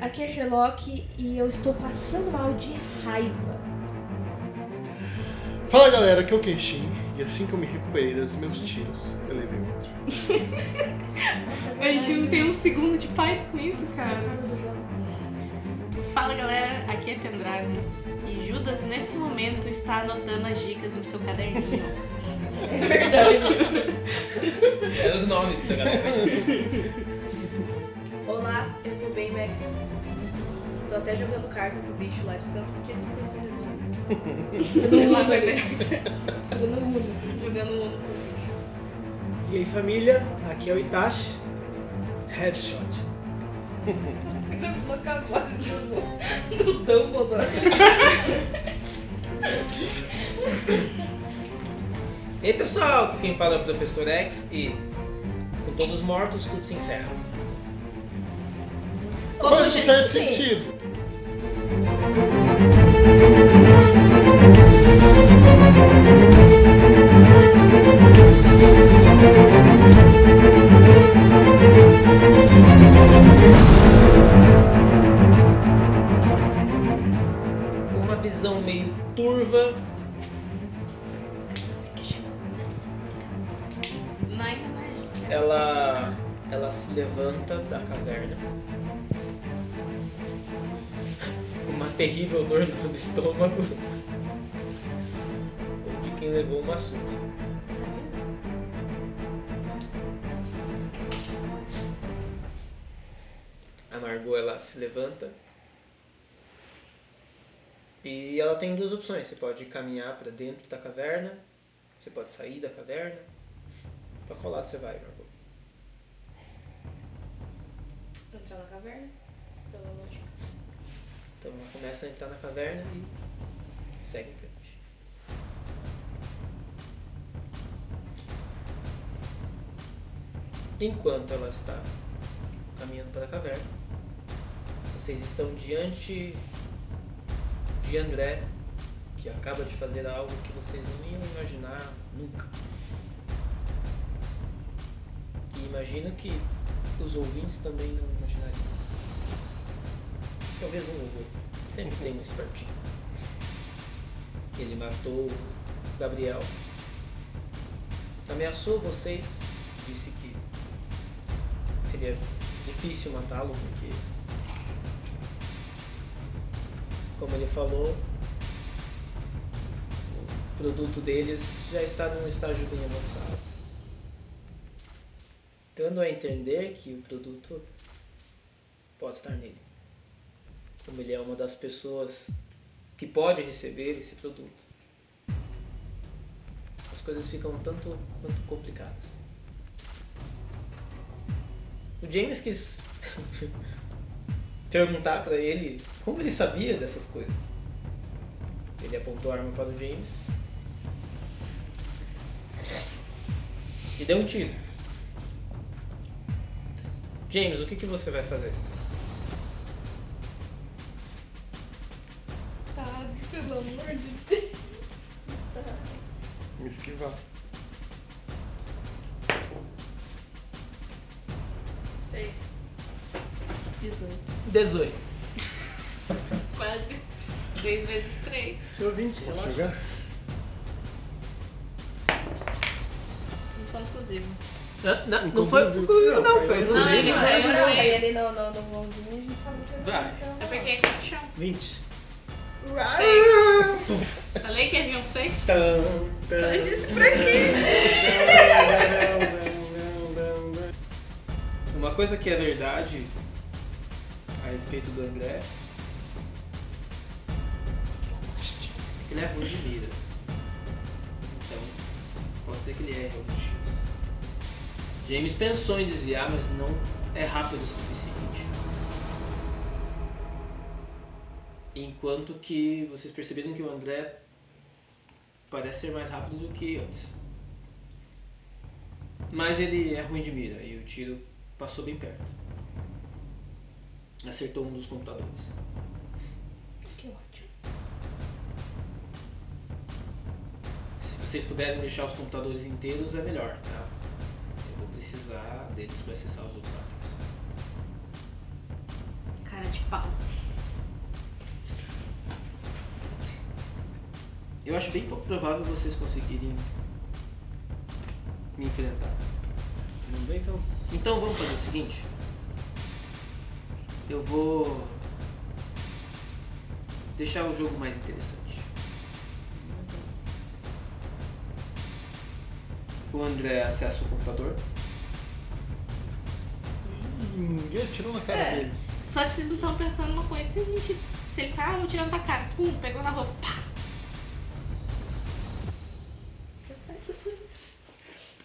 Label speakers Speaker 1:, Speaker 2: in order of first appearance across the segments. Speaker 1: aqui é Sherlock e eu estou passando mal de raiva.
Speaker 2: Fala galera, aqui é o Kenshin e assim que eu me recuperei dos meus tiros, eu levei um outro.
Speaker 3: A gente não tem um segundo de paz com isso, cara. Fala galera, aqui é Pendragon. E Judas, nesse momento, está anotando as dicas no seu caderninho.
Speaker 1: É verdade.
Speaker 4: É os nomes da galera.
Speaker 5: Olá, eu sou o Baymax. Tô até jogando carta pro bicho lá de tanto que vocês estão levando. Olá, Baymax. Jogando um com o bicho.
Speaker 6: E aí família, aqui é o Itachi, Headshot.
Speaker 5: Vou acabar do do Dumbledore.
Speaker 4: E aí pessoal, aqui quem fala é o Professor X e com todos mortos, tudo se encerra.
Speaker 2: Faz um
Speaker 5: gente
Speaker 2: certo
Speaker 5: tem.
Speaker 2: sentido.
Speaker 4: Uma visão meio turva.
Speaker 3: Na internet.
Speaker 4: Ela, ela se levanta da caverna. Uma terrível dor no estômago. De quem levou uma surra. A Margot ela se levanta. E ela tem duas opções. Você pode caminhar pra dentro da caverna. Você pode sair da caverna. Pra qual lado você vai, Margot?
Speaker 5: Entrar na caverna? Pela lógica.
Speaker 4: Então ela começa a entrar na caverna e segue em frente. Enquanto ela está caminhando para a caverna, vocês estão diante de André, que acaba de fazer algo que vocês não iam imaginar nunca. E imagino que os ouvintes também não imaginariam. Talvez um ou outro. Sempre tem um espertinho. Ele matou o Gabriel. Ameaçou vocês. Disse que seria difícil matá-lo porque. Como ele falou, o produto deles já está num estágio bem avançado. Dando a entender que o produto pode estar nele como ele é uma das pessoas que pode receber esse produto, as coisas ficam um tanto quanto complicadas. O James quis perguntar pra ele como ele sabia dessas coisas. Ele apontou a arma para o James e deu um tiro. James, o que, que você vai fazer?
Speaker 5: Tá, pelo amor de Deus.
Speaker 2: Me esquivar.
Speaker 3: Seis.
Speaker 4: 18.
Speaker 3: Quase. Seis vezes três.
Speaker 6: Seu ouvinte,
Speaker 2: Posso
Speaker 6: relaxa.
Speaker 2: jogar?
Speaker 3: Inconclusivo.
Speaker 4: Não, não, não
Speaker 2: Inclusive.
Speaker 4: foi.
Speaker 2: Não,
Speaker 4: Não, não foi.
Speaker 2: foi.
Speaker 3: Não, ele vai
Speaker 5: Agora
Speaker 3: agora.
Speaker 5: vai ali no, no, no vãozinho, a gente fala que
Speaker 4: Vai.
Speaker 3: Eu peguei aqui no chão.
Speaker 6: 20.
Speaker 3: Ah! Seis. Falei que havia um seis?
Speaker 4: Uma coisa que é verdade a respeito do André é que ele é ruim de mira. Então, pode ser que ele erre alguns tiros. James pensou em desviar, mas não é rápido o suficiente. Enquanto que vocês perceberam que o André parece ser mais rápido do que antes. Mas ele é ruim de mira e o tiro passou bem perto. Acertou um dos computadores.
Speaker 1: Que ótimo.
Speaker 4: Se vocês puderem deixar os computadores inteiros, é melhor, tá? Eu vou precisar deles para acessar os outros áreas.
Speaker 3: Cara de pau.
Speaker 4: Eu acho bem pouco provável vocês conseguirem me enfrentar. Não vem, então. Então vamos fazer o seguinte. Eu vou deixar o jogo mais interessante. O André acessa o computador.
Speaker 2: Ih, Ninguém atirou na cara
Speaker 5: É.
Speaker 2: dele.
Speaker 3: Só que vocês não estão pensando uma coisa, se a gente. Se ele ficar, ah, vou tirar na tua cara, pum, pegou na roupa, pá.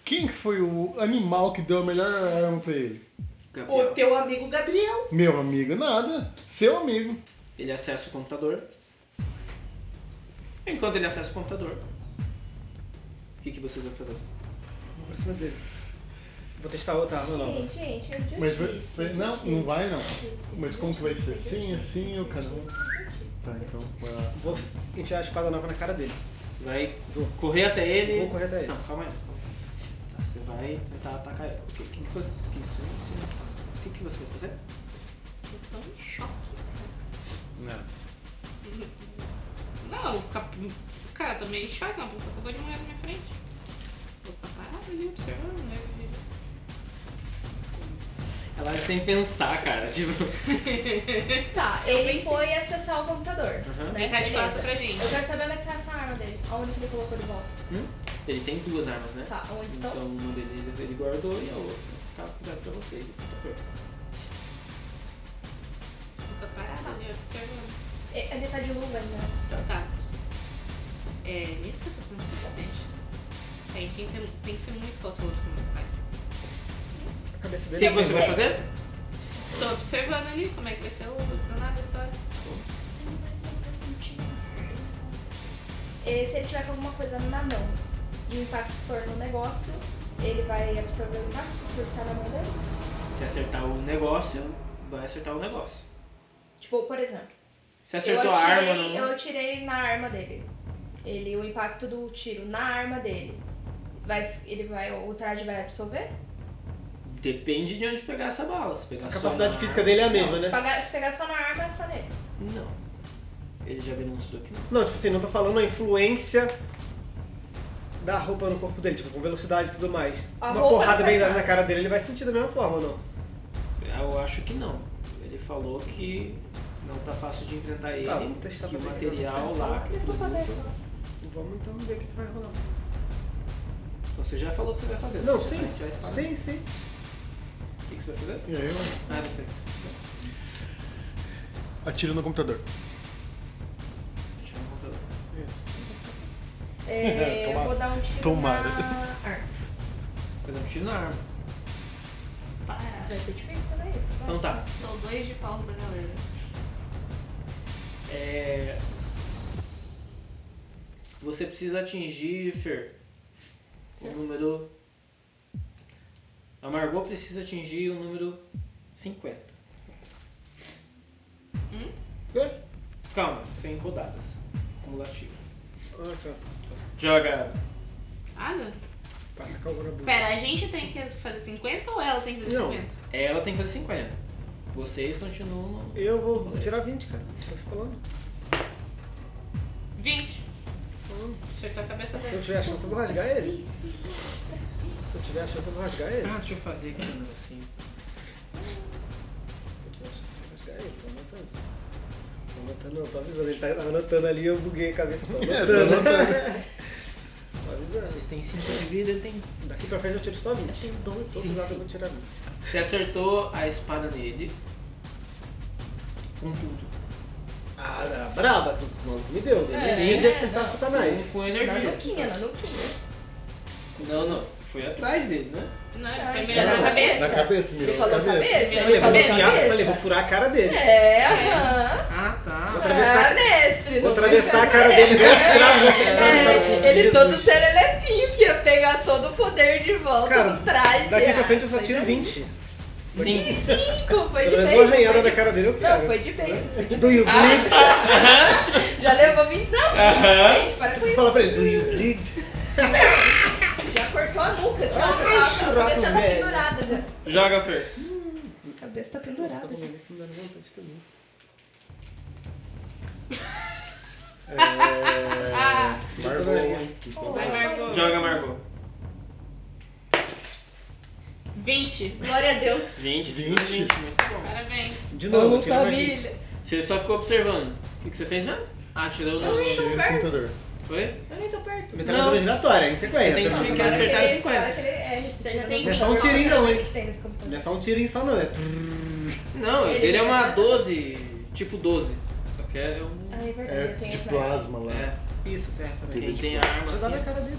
Speaker 2: Quem que foi o animal que deu a melhor arma pra ele?
Speaker 4: Gabriel.
Speaker 3: teu amigo Gabriel.
Speaker 2: Meu amigo, nada. Seu amigo.
Speaker 4: Ele acessa o computador. Enquanto ele acessa o computador, o que, que vocês vão fazer?
Speaker 7: Vou pra cima dele. Vou testar outra arma nova.
Speaker 8: Gente, gente, eu
Speaker 5: é
Speaker 8: já
Speaker 2: Mas vai-
Speaker 8: disse,
Speaker 2: vai-
Speaker 8: eu
Speaker 2: não,
Speaker 8: já
Speaker 2: não
Speaker 8: disse,
Speaker 2: vai, não.
Speaker 8: eu já disse,
Speaker 2: Mas
Speaker 8: eu
Speaker 2: como
Speaker 8: já
Speaker 2: que vai
Speaker 8: disse,
Speaker 2: ser?
Speaker 8: eu já disse,
Speaker 2: Sim, assim,
Speaker 8: eu
Speaker 2: o
Speaker 8: já
Speaker 2: canal.
Speaker 8: disse, eu já disse.
Speaker 2: Tá, então vai lá.
Speaker 7: Vou enfiar a espada nova na cara dele.
Speaker 4: Você vai correr até ele?
Speaker 7: Vou correr até ele.
Speaker 4: Não, calma aí. Tá, você vai tentar atacar ele. O que, que, que, você- que você- o que, que você vai fazer?
Speaker 3: Eu tô em choque.
Speaker 2: Não.
Speaker 3: Não, eu vou ficar. Cara, eu tô meio em choque, uma pessoa acabou de morrer na minha frente. Vou ficar parado ali observando, né?
Speaker 4: Ela é sem pensar, cara. Tipo,
Speaker 5: Tá, ele foi acessar o computador.
Speaker 4: Aham.
Speaker 5: Né?
Speaker 3: Ele tá de
Speaker 5: Beleza.
Speaker 3: costas pra gente.
Speaker 5: Eu quero saber onde é que tá essa arma dele. Aonde que ele colocou de volta.
Speaker 4: ele tem duas armas, né?
Speaker 5: Tá, onde estão?
Speaker 4: Então uma deles ele guardou e a outra tá cuidado pra vocês. no computador.
Speaker 3: Eu tô parado ali observando.
Speaker 5: E- Ele tá de luva ainda.
Speaker 3: Tá. É nisso que eu tô pensando, gente. A gente tem, que ter- tem que ser muito cauteloso com o nosso pai.
Speaker 7: A cabeça
Speaker 4: O
Speaker 7: dele.
Speaker 4: que, que você vai fazer?
Speaker 3: Tô observando ali como é que vai ser o desanar da história.
Speaker 5: Eh, se ele tiver com alguma coisa na mão e o impacto for no negócio, ele vai absorver o impacto porque tá na mão dele.
Speaker 4: Se acertar o negócio, vai acertar o negócio.
Speaker 5: Tipo, por exemplo,
Speaker 4: Se
Speaker 5: eu
Speaker 4: acertou a
Speaker 5: atirei,
Speaker 4: arma, não.
Speaker 5: eu atirei na arma dele. Ele, o impacto do tiro na arma dele. Vai, ele vai, o traje vai absorver?
Speaker 4: Depende de onde pegar essa bala. Se pegar
Speaker 7: A
Speaker 4: só
Speaker 7: capacidade
Speaker 4: na
Speaker 7: física
Speaker 4: arma-
Speaker 7: dele é a mesma,
Speaker 5: Se,
Speaker 7: né?
Speaker 5: pagar, se pegar só na arma, é só nele.
Speaker 4: Não. Ele já demonstrou que não.
Speaker 7: Não, tipo assim, não tô falando a influência da roupa no corpo dele, tipo, com velocidade e tudo mais.
Speaker 5: A
Speaker 7: Uma
Speaker 5: roupa é
Speaker 7: porrada
Speaker 5: não
Speaker 7: bem
Speaker 5: faz
Speaker 7: dada
Speaker 5: nada.
Speaker 7: na cara dele, ele vai sentir da mesma forma, não?
Speaker 4: Eu acho que não. Ele falou que não tá fácil de enfrentar ele,
Speaker 7: Tá, vamos testar
Speaker 4: que o
Speaker 7: pra ver o que
Speaker 4: material
Speaker 7: acontece.
Speaker 4: lá... que
Speaker 5: Eu tô
Speaker 4: tudo-
Speaker 5: fazendo.
Speaker 7: Vamos então ver o que que vai rolar.
Speaker 4: Você já falou o que você vai fazer.
Speaker 7: Não,
Speaker 4: Você
Speaker 7: sim.
Speaker 4: vai enfiar a espada.
Speaker 7: Sim, sim.
Speaker 4: O que que você vai fazer?
Speaker 2: E aí eu
Speaker 4: Ah, não sei o que você vai fazer.
Speaker 2: atiro no computador.
Speaker 4: Deixa eu no computador.
Speaker 5: É, eu
Speaker 2: Tomara.
Speaker 5: vou dar um tiro
Speaker 2: Tomara.
Speaker 5: na arma.
Speaker 4: Por exemplo, tiro na arma.
Speaker 3: Para.
Speaker 5: Vai ser difícil fazer isso. vai.
Speaker 4: Então tá.
Speaker 3: Sou dois de paus da galera.
Speaker 4: É... Você precisa atingir, Fer, o número... A Margot precisa atingir o número 50.
Speaker 7: Ué?
Speaker 4: Calma, sem rodadas. Cumulativo.
Speaker 7: Ah, tá.
Speaker 4: Joga.
Speaker 3: Nada?
Speaker 7: Pra atacar o vagabundo.
Speaker 3: Ah, Pera, a gente tem que fazer 50 ou ela tem que fazer
Speaker 7: Não.
Speaker 3: 50?
Speaker 4: Ela tem que fazer 50. Vocês continuam.
Speaker 7: Eu vou, vou tirar 20, cara. Tô se falando.
Speaker 3: 20. Acertou a cabeça
Speaker 7: Se eu
Speaker 3: dela.
Speaker 7: tiver a chance, eu vou rasgar ele. Se eu tiver a chance, eu vou rasgar ele.
Speaker 4: Ah, deixa eu fazer aqui um negocinho.
Speaker 7: Se eu tiver a chance, eu vou rasgar ele. Tô anotando. Tô anotando, não. Tô avisando. Ele tá anotando ali, eu buguei a cabeça. Tô
Speaker 2: É,
Speaker 7: anotando.
Speaker 2: tô anotando.
Speaker 7: Tô avisando.
Speaker 4: Vocês têm 5 de vida, eu tenho.
Speaker 7: Daqui pra frente eu tiro só 20.
Speaker 4: Eu tenho 12.
Speaker 7: Todo lado eu vou tirar 20.
Speaker 4: Você acertou a espada nele. Um Com tudo.
Speaker 7: Ah, era braba, tu maluco me deu. né?
Speaker 3: É,
Speaker 7: Ele tinha de acertar
Speaker 5: não.
Speaker 7: tá Satanás.
Speaker 4: Com
Speaker 5: Na
Speaker 4: energia.
Speaker 5: nuquinha, na nuquinha.
Speaker 4: Não, não. Você foi atrás dele, né?
Speaker 3: Não,
Speaker 5: Ah,
Speaker 3: foi
Speaker 5: já
Speaker 3: melhor na
Speaker 5: não.
Speaker 3: cabeça.
Speaker 2: Na cabeça,
Speaker 5: Ele
Speaker 2: mirou na
Speaker 5: falou
Speaker 2: cabeça.
Speaker 5: É cabeça,
Speaker 3: Eu
Speaker 5: ele
Speaker 7: Eu
Speaker 5: falei
Speaker 7: falei, vou furar, falei, vou
Speaker 5: cabeça.
Speaker 7: furar a cara dele.
Speaker 5: É, aham.
Speaker 4: Ah, tá.
Speaker 5: Ah, mestre,
Speaker 7: Vou
Speaker 5: não
Speaker 7: atravessar a
Speaker 5: vai
Speaker 7: cara dele, vou furar, vou acertar, vou
Speaker 5: É,
Speaker 7: acertar.
Speaker 5: ele
Speaker 7: Jesus.
Speaker 5: todo serelepinho que ia pegar todo o poder de volta
Speaker 7: Cara,
Speaker 5: do traje.
Speaker 7: Daqui pra
Speaker 5: Ah,
Speaker 7: frente eu só
Speaker 5: foi
Speaker 7: tiro
Speaker 5: de-
Speaker 7: 20.
Speaker 5: Ih,
Speaker 4: Sim.
Speaker 5: cinco, foi de
Speaker 7: Pelo menos
Speaker 5: base.
Speaker 7: uma arranhada
Speaker 5: foi
Speaker 7: da
Speaker 5: de-
Speaker 7: cara dele eu
Speaker 5: Não,
Speaker 7: quero.
Speaker 5: foi de base, foi de
Speaker 7: Do you bleed?
Speaker 5: Já levou 20. Não,
Speaker 4: Aham.
Speaker 5: gente, para com isso.
Speaker 7: Fala pra ele, do you
Speaker 5: Ah.
Speaker 7: bleed?
Speaker 5: Já cortou a nuca. tá? Calma, calma. A
Speaker 7: churato
Speaker 5: cabeça tá
Speaker 7: velho.
Speaker 5: pendurada já.
Speaker 4: Joga, Fer.
Speaker 5: A cabeça tá
Speaker 7: Nossa, tá
Speaker 5: pendurada.
Speaker 7: bom, isso me dá vontade também.
Speaker 2: É...
Speaker 5: Pô,
Speaker 2: Margot.
Speaker 3: Vai, Margot.
Speaker 4: Joga, Margot.
Speaker 3: 20.
Speaker 9: Glória a Deus.
Speaker 4: 20, 20.
Speaker 2: 20.
Speaker 4: 20 muito bom.
Speaker 3: Parabéns.
Speaker 7: De novo, tira mais
Speaker 10: família.
Speaker 7: 20.
Speaker 4: Você só ficou observando. O que, que você fez mesmo? Ah, tirou no.
Speaker 2: Tirei no computador.
Speaker 4: Foi?
Speaker 9: Eu nem tô perto.
Speaker 7: Metralhadora giratória, hein? Você
Speaker 4: Você
Speaker 7: conhece.
Speaker 4: tem
Speaker 7: tá?
Speaker 4: que
Speaker 7: Tomara
Speaker 4: acertar.
Speaker 10: Ele-
Speaker 4: 50.
Speaker 10: claro que ele erra esse
Speaker 3: Já tem
Speaker 7: Não é
Speaker 10: jogo.
Speaker 7: só um tirinho, não, hein?
Speaker 10: que tem nesse computador.
Speaker 7: Não é só um tirinho só, não. É
Speaker 4: Não,
Speaker 9: Ele-
Speaker 4: dele é uma 12, tipo 12. Só que é um.
Speaker 10: Ah, é verdade,
Speaker 2: É
Speaker 10: tem
Speaker 2: de
Speaker 10: essa.
Speaker 2: plasma lá.
Speaker 4: É.
Speaker 7: isso, certo. né?
Speaker 4: Quem tem a arma
Speaker 7: Já dá na
Speaker 4: assim.
Speaker 7: cara dele.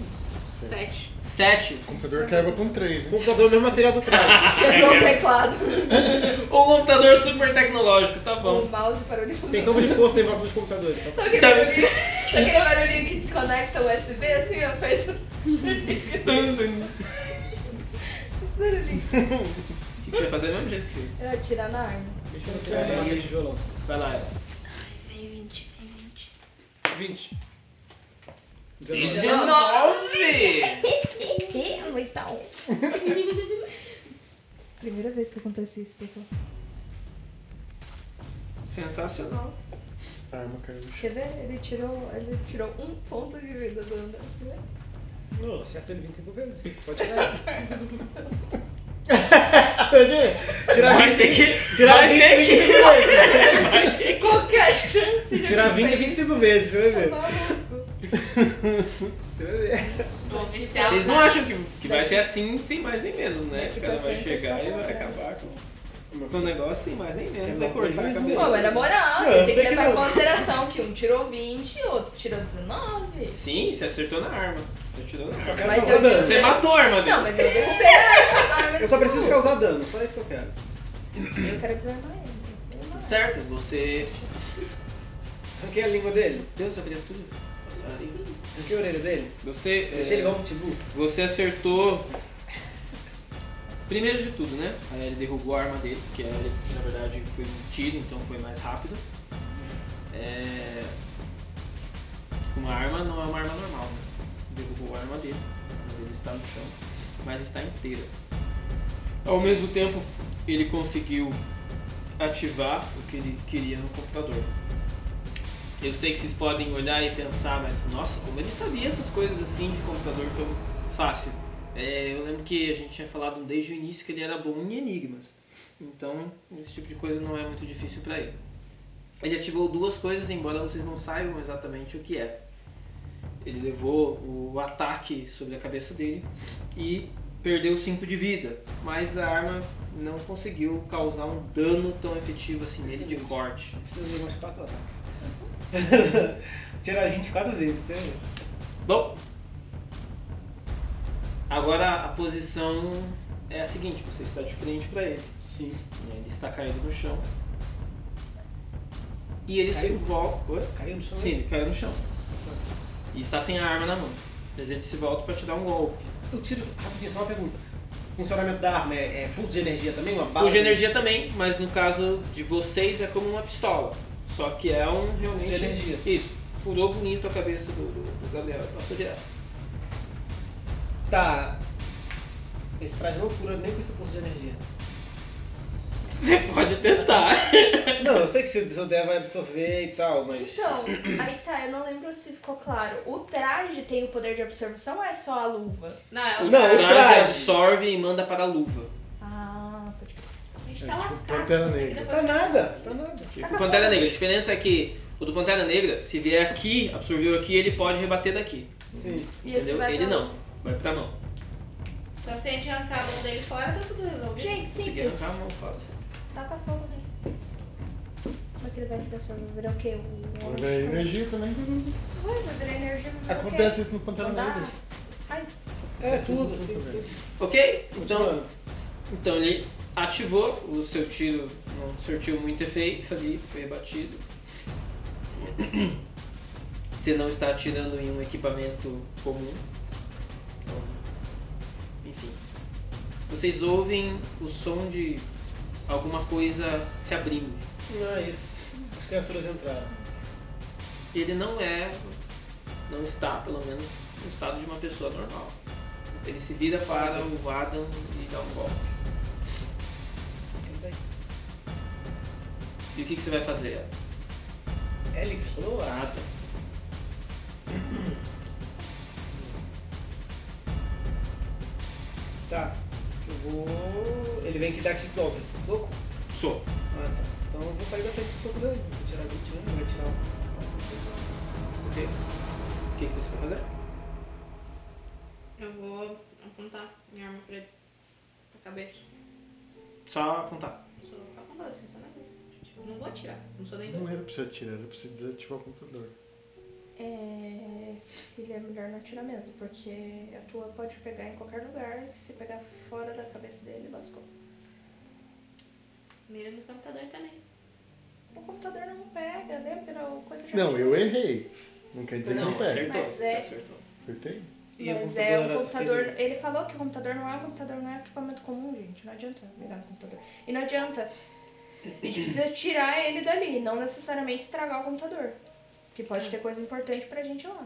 Speaker 3: 7.
Speaker 4: 7.
Speaker 2: O computador quebra com 3,
Speaker 7: O
Speaker 2: né?
Speaker 7: computador é o mesmo material do traje.
Speaker 10: Quebrou o teclado.
Speaker 4: O computador super tecnológico, tá
Speaker 10: O
Speaker 4: bom.
Speaker 10: mouse parou de funcionar.
Speaker 7: Tem campo de força em volta dos computadores. tá?
Speaker 10: Sabe aquele
Speaker 4: Tá.
Speaker 10: barulhinho? Sabe aquele barulhinho que desconecta o USB assim, ó? Faz
Speaker 4: Tum, tum.
Speaker 10: esse barulhinho.
Speaker 4: O que, que você vai fazer mesmo? Já esqueci.
Speaker 10: Eu ia tirar É, na arma.
Speaker 7: Deixa eu tirar aquele tijolão.
Speaker 4: Vai lá, Eva.
Speaker 3: Vem 20, vem 20.
Speaker 7: 20. 19.
Speaker 4: 19!
Speaker 10: então. Primeira vez que acontece isso, pessoal.
Speaker 4: Sensacional.
Speaker 2: A arma caiu no chão.
Speaker 10: Quer ver? Ele tirou, ele tirou um ponto de vida do André.
Speaker 7: Não, acerta ele 25 vezes. Pode tirar. Imagina, tirar
Speaker 4: Vai
Speaker 7: 20.
Speaker 4: ter que.
Speaker 7: Tirar
Speaker 4: vai ter que. Vai ter que.
Speaker 10: Qual que é a chance de
Speaker 7: Tirar 20 é
Speaker 10: acontecer
Speaker 7: 25 vezes, você vai
Speaker 10: isso? Tá
Speaker 7: ver.
Speaker 10: maluco.
Speaker 7: Você vai ver.
Speaker 3: Vou ver se ela- tá-
Speaker 4: Vocês não acham que, que vai ser assim, sem mais nem menos, né?
Speaker 10: Daqui
Speaker 4: Que ela
Speaker 10: pra
Speaker 4: vai
Speaker 10: frente é
Speaker 4: chegar
Speaker 10: só
Speaker 4: e vai
Speaker 10: pra trás.
Speaker 4: acabar com com o negócio sem mais nem menos. né? Vai
Speaker 7: Quer dar um
Speaker 4: cortar a
Speaker 7: prejuízo?
Speaker 4: cabeça.
Speaker 10: Pô, mas na moral,
Speaker 7: Não, eu
Speaker 10: tem que
Speaker 7: sei que
Speaker 10: levar em
Speaker 7: não.
Speaker 10: consideração que um tirou 20 e outro tirou 19.
Speaker 4: Sim, você acertou na arma. Você atirou na
Speaker 7: Só
Speaker 4: arma.
Speaker 7: quero
Speaker 10: Mas
Speaker 7: causar
Speaker 10: eu
Speaker 7: dano.
Speaker 10: disse-
Speaker 4: Você matou a arma
Speaker 10: Não,
Speaker 4: dele.
Speaker 10: mas eu derrubei a arma.
Speaker 7: Eu só preciso causar dano, só isso que eu quero.
Speaker 10: Eu quero desarmar ele.
Speaker 4: Certo, você.
Speaker 7: Arranquei a língua dele,
Speaker 4: Deus, a criatura. Passarinho.
Speaker 7: arranquei a orelha dele,
Speaker 4: Você.
Speaker 7: deixei ele
Speaker 4: é,
Speaker 7: igual um pitbull.
Speaker 4: Você acertou. Primeiro de tudo, né? Aí Ele derrubou a arma dele, que era- na verdade foi um tiro, então foi mais rápido. É... Uma arma não é uma arma normal, né? Derrubou a arma dele, mas ele está no chão, mas está inteira. Ao mesmo tempo, ele conseguiu ativar o que ele queria no computador. Eu sei que vocês podem olhar e pensar, mas nossa, como ele sabia essas coisas assim de computador tão fácil? É, eu lembro que a gente tinha falado desde o início que ele era bom em enigmas. Então, esse tipo de coisa não é muito difícil para ele. Ele ativou duas coisas, embora vocês não saibam exatamente o que é. Ele levou o ataque sobre a cabeça dele e perdeu 5 de vida, mas a arma não conseguiu causar um dano tão efetivo assim nele de
Speaker 7: Excelente.
Speaker 4: corte.
Speaker 7: Preciso de uns 4 ataques. tirar 24 vezes, você vê.
Speaker 4: Bom, agora a posição é a seguinte: você está de frente para ele. Sim. Ele está caído no chão. E ele se
Speaker 7: Caiu?
Speaker 4: volta. Oi?
Speaker 7: Caiu no chão? né?
Speaker 4: Sim,
Speaker 7: Sim.
Speaker 4: ele caiu no chão. E está sem a arma na mão. Mas ele se volta para te dar um golpe.
Speaker 7: Eu tiro rapidinho, só uma pergunta. O funcionamento da arma é, é pulso de energia também? Uma bala?
Speaker 4: Pulso de é energia também, mas no caso de vocês é como uma pistola. Só que é um realmente.
Speaker 7: Pulso de energia.
Speaker 4: Isso. Furou bonito a cabeça do, do, do Gabriel. Então, Passou direto.
Speaker 7: Tá. Esse traje não fura nem com esse pulso de energia.
Speaker 4: Você pode tentar.
Speaker 7: Não, eu sei que se se eu der vai absorver e tal, mas.
Speaker 9: Então, aí que tá, eu não lembro se ficou claro. O traje tem o poder de absorção ou é só a luva?
Speaker 3: Não, é
Speaker 4: O
Speaker 3: o
Speaker 7: Não,
Speaker 4: traje,
Speaker 7: o traje.
Speaker 4: Tá, absorve e manda para a luva.
Speaker 10: Ah, pode crer.
Speaker 3: A gente
Speaker 2: É,
Speaker 3: tá
Speaker 2: tipo,
Speaker 3: lascado.
Speaker 2: Pantera
Speaker 3: isso aí
Speaker 2: Negra.
Speaker 7: Tá
Speaker 3: depois-
Speaker 7: nada, tá nada.
Speaker 4: Tipo, o Pantera Negra. A diferença é que o do Pantera Negra, se vier aqui, absorveu aqui, ele pode rebater daqui.
Speaker 7: Sim.
Speaker 9: E esse
Speaker 4: Entendeu?
Speaker 9: vai
Speaker 4: Ele
Speaker 9: pra-
Speaker 4: não. Vai pra mão.
Speaker 3: Então se a gente arrancar a mão dele fora, tá tudo resolvido.
Speaker 9: É
Speaker 10: Gente,
Speaker 4: Se
Speaker 7: é
Speaker 4: quer
Speaker 10: simples.
Speaker 4: arrancar a mão, fala assim.
Speaker 9: Tá
Speaker 10: Taca fogo nele.
Speaker 9: né? Como é que ele vai transformar? Virar o quê? Um
Speaker 2: Vai ganhar energia também.
Speaker 9: Vai, vai virar energia. vai virar o quê?
Speaker 2: Acontece isso no Pantera
Speaker 9: Andar?
Speaker 2: Negra.
Speaker 9: Ai,
Speaker 7: É tudo, sim. tudo.
Speaker 4: Ok? Então,
Speaker 7: Continuando.
Speaker 4: então ele ativou, o seu tiro não surtiu muito efeito ali, foi rebatido. Você não está atirando em um equipamento comum. Então, enfim. Vocês ouvem o som de alguma coisa se abrindo.
Speaker 7: Não é isso. As criaturas entraram.
Speaker 4: Ele não é, não está, pelo menos, no estado de uma pessoa normal. Ele se vira para o Adam e dá um golpe. E o que, que você vai fazer?
Speaker 11: Elix, você falou? Ah,
Speaker 4: Nada.
Speaker 7: Tá. Eu vou. Ele vem que dá aqui dobra. Soco?
Speaker 4: Sou.
Speaker 7: Ah, tá. Então eu vou sair da frente do soco dele. Vou tirar 20, né? Vai tirar o.
Speaker 4: Ok. O que, que você vai fazer?
Speaker 3: Eu vou apontar minha arma pra ele. Pra cabeça.
Speaker 4: Só apontar.
Speaker 3: Eu só vou apontar assim, só na cabeça. Tipo, não vou atirar. Não sou nem doido.
Speaker 2: Não era pra você atirar, era pra você desativar o computador.
Speaker 5: É. Cecília, é melhor não atirar mesmo, porque a tua pode pegar em qualquer lugar. e Se pegar fora da cabeça dele, lascou.
Speaker 3: Mira no computador também.
Speaker 5: O computador não pega, lembra? O coisa já
Speaker 2: Não,
Speaker 5: tinha-
Speaker 2: eu errei. Não quer dizer que não pega.
Speaker 4: acertou.
Speaker 5: Mas
Speaker 4: Você
Speaker 5: é-
Speaker 4: acertou.
Speaker 2: Acertei?
Speaker 7: E o
Speaker 5: Mas é o
Speaker 7: computador
Speaker 5: computador.
Speaker 7: era-
Speaker 5: Ele falou que o computador não é um computador, não é um equipamento comum, gente. Não adianta ligar no computador. E não adianta. A gente precisa tirar ele dali, não necessariamente estragar o computador. Porque pode ter coisa importante pra gente lá.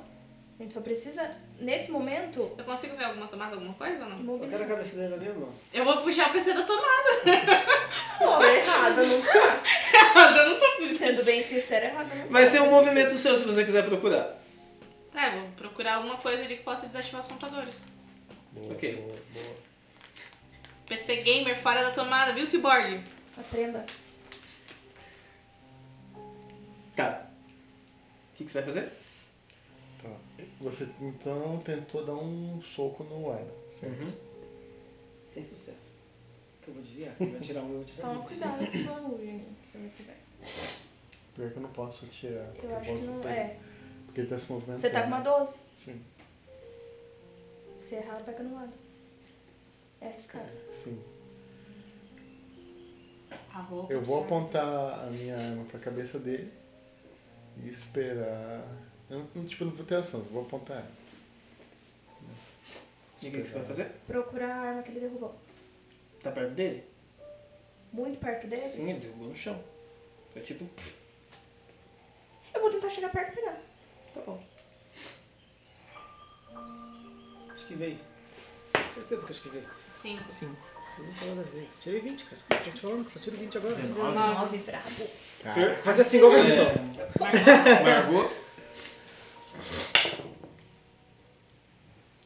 Speaker 5: A gente só precisa, nesse momento,
Speaker 3: Eu consigo ver alguma tomada, alguma coisa ou não?
Speaker 7: Só quero a cabeça dele ali, irmão.
Speaker 3: Eu vou puxar o PC da tomada.
Speaker 5: Pô, errada, não tá.
Speaker 3: eu não tô
Speaker 5: Sendo bem sincera, errada não tá.
Speaker 4: Vai ser um movimento seu se você quiser procurar.
Speaker 3: Tá, eu vou procurar alguma coisa ali que possa desativar os computadores.
Speaker 2: Boa,
Speaker 4: Ok.
Speaker 2: boa, boa.
Speaker 3: PC Gamer fora da tomada, viu, Cyborg?
Speaker 5: Aprenda.
Speaker 4: Tá. O que, que você vai fazer?
Speaker 2: Tá. Você então tentou dar um soco no Iron, certo?
Speaker 4: Uhum.
Speaker 11: sem sucesso. Que eu vou desviar. Vai tirar um, eu vou tirar
Speaker 5: Toma
Speaker 11: um.
Speaker 5: cuidado com esse barulho que você me fizer.
Speaker 2: Pior que eu não posso atirar. porque
Speaker 5: Eu acho que
Speaker 2: posso
Speaker 5: não.
Speaker 2: pegar,
Speaker 5: É.
Speaker 2: Porque ele tá se movimentando.
Speaker 5: Você tá com uma 12.
Speaker 2: Sim,
Speaker 5: Se errar, pega no lado. É arriscado.
Speaker 2: sim.
Speaker 3: A roupa.
Speaker 2: Eu vou
Speaker 3: sabe?
Speaker 2: apontar a minha arma pra cabeça dele e esperar. Eu não- não, tipo, não vou ter ação, só vou apontar. a arma.
Speaker 4: E o que, que você vai fazer?
Speaker 5: Procurar a arma que ele derrubou.
Speaker 4: Tá perto dele?
Speaker 5: Muito perto dele.
Speaker 4: Sim, ele derrubou no chão. Foi tipo, pff,
Speaker 5: Eu vou tentar chegar perto e pegar.
Speaker 4: tá bom.
Speaker 7: Acho que veio. Com certeza que acho que veio.
Speaker 3: Sim.
Speaker 4: Sim.
Speaker 7: Eu não falo da vez. Tirei 20, cara. Tô te falando que só tiro 20 agora.
Speaker 5: Nove brabo.
Speaker 2: Cara,
Speaker 7: Fazer assim igual o Vegeta.
Speaker 4: É, Margot.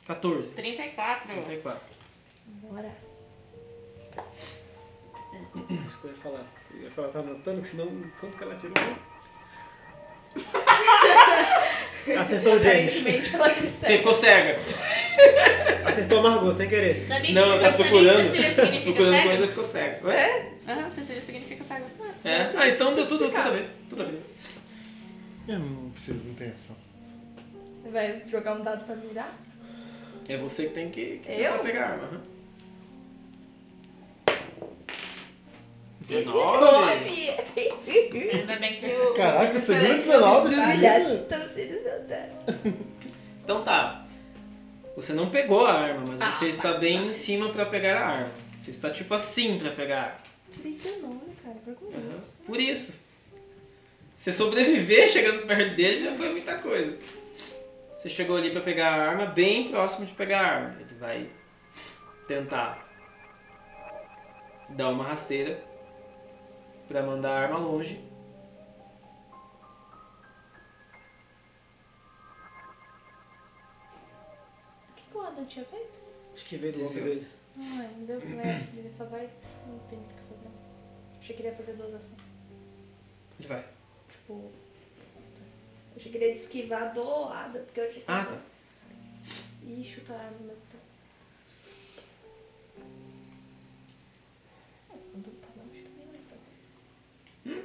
Speaker 4: 14.
Speaker 3: 34.
Speaker 4: 34.
Speaker 5: Bora.
Speaker 7: Acho que eu ia falar. Eu ia falar, tá anotando, que senão quanto que ela tirou? Acertou o James.
Speaker 5: Aparentemente ela é está.
Speaker 4: Você ficou cega.
Speaker 7: Acertou a Margot, sem querer.
Speaker 9: Sabia que
Speaker 4: Não,
Speaker 9: você
Speaker 4: tá procurando.
Speaker 9: Sabia que você significa
Speaker 4: Procurando
Speaker 9: cego?
Speaker 4: coisa, ficou cega.
Speaker 5: É?
Speaker 4: Ué?
Speaker 3: Aham, Cecília significa saga.
Speaker 4: É. Ah, então deu tudo, tudo a ver. Tudo a ver.
Speaker 2: eu não preciso, não tem ação.
Speaker 5: Vai jogar um dado pra virar?
Speaker 4: É você que tem que, que
Speaker 5: Eu?
Speaker 4: tentar pegar a arma. aham.
Speaker 3: Ainda bem que eu.
Speaker 2: Caraca,
Speaker 3: eu
Speaker 2: você viu
Speaker 3: falei-
Speaker 2: 19?
Speaker 5: Olha,
Speaker 2: Cecília?
Speaker 5: estão sendo exaltados.
Speaker 4: Então tá. Você não pegou a arma, mas
Speaker 3: Ah,
Speaker 4: você está bem em cima pra pegar a arma. Você está tipo assim pra pegar a arma.
Speaker 5: Tirei 19, cara. Por com
Speaker 4: Aham.
Speaker 5: isso.
Speaker 4: Uhum. Por isso. Você sobreviver chegando perto dele já foi muita coisa. Você chegou ali pra pegar a arma, bem próximo de pegar a arma. Ele vai tentar dar uma rasteira pra mandar a arma longe.
Speaker 5: O que, que o Adam tinha feito?
Speaker 7: Acho que veio do ombro
Speaker 4: Desviou.
Speaker 7: dele.
Speaker 5: Não, ainda é. Ele só vai. Não tem muito o que fazer. Achei que ele ia fazer duas assim, tipo, ações.
Speaker 4: Ele vai.
Speaker 5: Tipo. Eu achei que ele ia esquivar do Adam, porque eu achei que.
Speaker 4: Ah,
Speaker 5: ele-
Speaker 4: tá.
Speaker 5: E chutar a arma, mas tá. Mandou pra longe também, né? Então.
Speaker 4: Hum?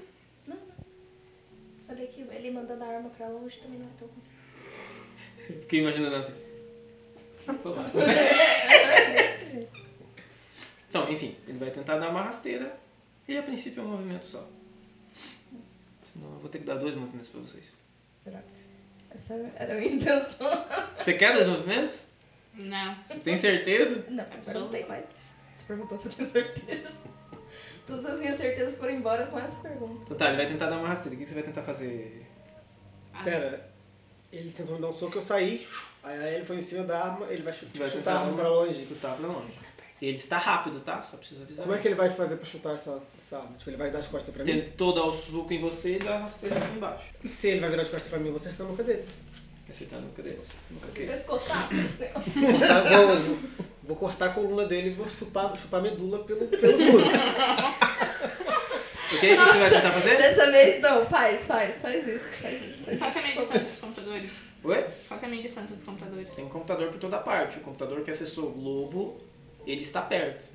Speaker 5: Não, não. Falei que ele mandando a arma pra longe também não é tão ruim.
Speaker 4: Fiquei imaginando assim. Foi lá.
Speaker 5: Desse jeito.
Speaker 4: Então, enfim, ele vai tentar dar uma rasteira e a princípio é um movimento só. Senão eu vou ter que dar dois movimentos pra vocês.
Speaker 5: Essa era a minha intenção.
Speaker 4: Você quer dois movimentos?
Speaker 3: Não.
Speaker 4: Você tem certeza?
Speaker 5: Não, agora não tem mais. Você perguntou se eu tenho certeza. Todas as minhas certezas foram embora com essa pergunta.
Speaker 4: Então tá, ele vai tentar dar uma rasteira. O que que você vai tentar fazer?
Speaker 3: Ah,
Speaker 7: Pera, ele tentou me dar um soco, eu saí. Aí ele foi em cima da arma, ele vai chu-
Speaker 4: Vai
Speaker 7: chutar
Speaker 4: tentar
Speaker 7: a arma
Speaker 4: uma-
Speaker 7: pra longe.
Speaker 4: Escutar pra longe.
Speaker 5: Segura a perna
Speaker 4: E ele está rápido, tá? Só preciso avisar.
Speaker 7: Como é que ele vai fazer pra chutar essa, essa arma? Tipo, ele vai dar as costas pra mim?
Speaker 4: Tentou dar o suco em você e dá a rasteira aqui embaixcho.
Speaker 7: E se ele vai virar as costas pra mim, eu vou acertar no cadê?
Speaker 4: Acertando no cadê você? Nunca
Speaker 10: Pra escotar.
Speaker 7: vou, vou cortar a coluna dele e vou chupar, chupar a medula pelo, pelo furo.
Speaker 4: O que é que você vai tentar fazer?
Speaker 10: Dessa vez não, faz, faz, faz isso, faz isso.
Speaker 3: Qual que é a minha distância dos computadores?
Speaker 4: Oi?
Speaker 3: Qual que é a minha distância dos computadores?
Speaker 4: Tem um computador por toda parte. O computador que acessou o globo, ele está perto.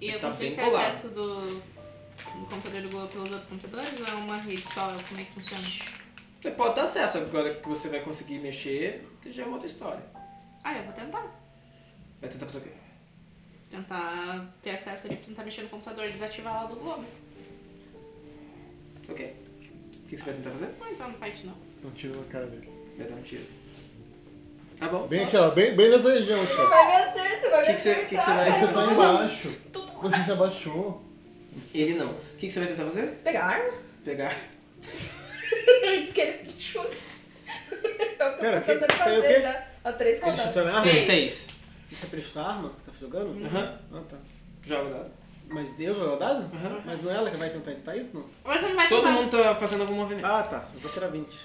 Speaker 3: E
Speaker 4: Ele
Speaker 3: eu
Speaker 4: tá
Speaker 3: consigo
Speaker 4: bem
Speaker 3: ter
Speaker 4: colado.
Speaker 3: acesso do, do computador do Google pelos outros computadores ou é uma rede só? Como é que funciona?
Speaker 4: Você pode dar acesso agora que você vai conseguir mexer, que já é uma outra história.
Speaker 3: Ah, eu vou tentar.
Speaker 4: Vai tentar fazer o quê?
Speaker 3: Tentar ter acesso ali, tentar mexer no computador e desativar lá do Globo.
Speaker 4: Ok. O que que você vai tentar fazer?
Speaker 3: Não entrar no fight não.
Speaker 2: Um tiro na cara dele.
Speaker 4: Vai dar um tiro. Tá bom.
Speaker 2: Bem aqui, ó. Bem, bem nessa região aqui, ó.
Speaker 10: Vai me acertar, você vai
Speaker 4: O
Speaker 10: me
Speaker 4: que, que, você,
Speaker 10: acertar.
Speaker 4: o que que você vai
Speaker 2: Aí você tá
Speaker 4: tentar
Speaker 2: embaixo. Você se abaixou.
Speaker 4: Ele não. O que, que você vai tentar fazer?
Speaker 10: Pegar a arma?
Speaker 4: Pegar.
Speaker 10: Diz que ele chuta. É o que
Speaker 7: Pera,
Speaker 10: eu tô
Speaker 7: que-
Speaker 10: tentando
Speaker 7: isso aí é o quê?
Speaker 10: fazer, né? Há três
Speaker 7: Ele
Speaker 10: rodadas.
Speaker 7: chutou na arma?
Speaker 3: Seis.
Speaker 4: Seis.
Speaker 7: Isso é pra ele chutar a arma que você tá jogando?
Speaker 4: Aham.
Speaker 7: Ah, tá.
Speaker 4: Joga o dado.
Speaker 7: Mas eu jogar o dado?
Speaker 4: Aham.
Speaker 7: Mas não é ela que vai tentar evitar isso, não?
Speaker 3: Você não vai
Speaker 4: Todo
Speaker 3: tentar.
Speaker 4: mundo tá fazendo algum movimento.
Speaker 7: Ah, tá. Eu vou tirar 20.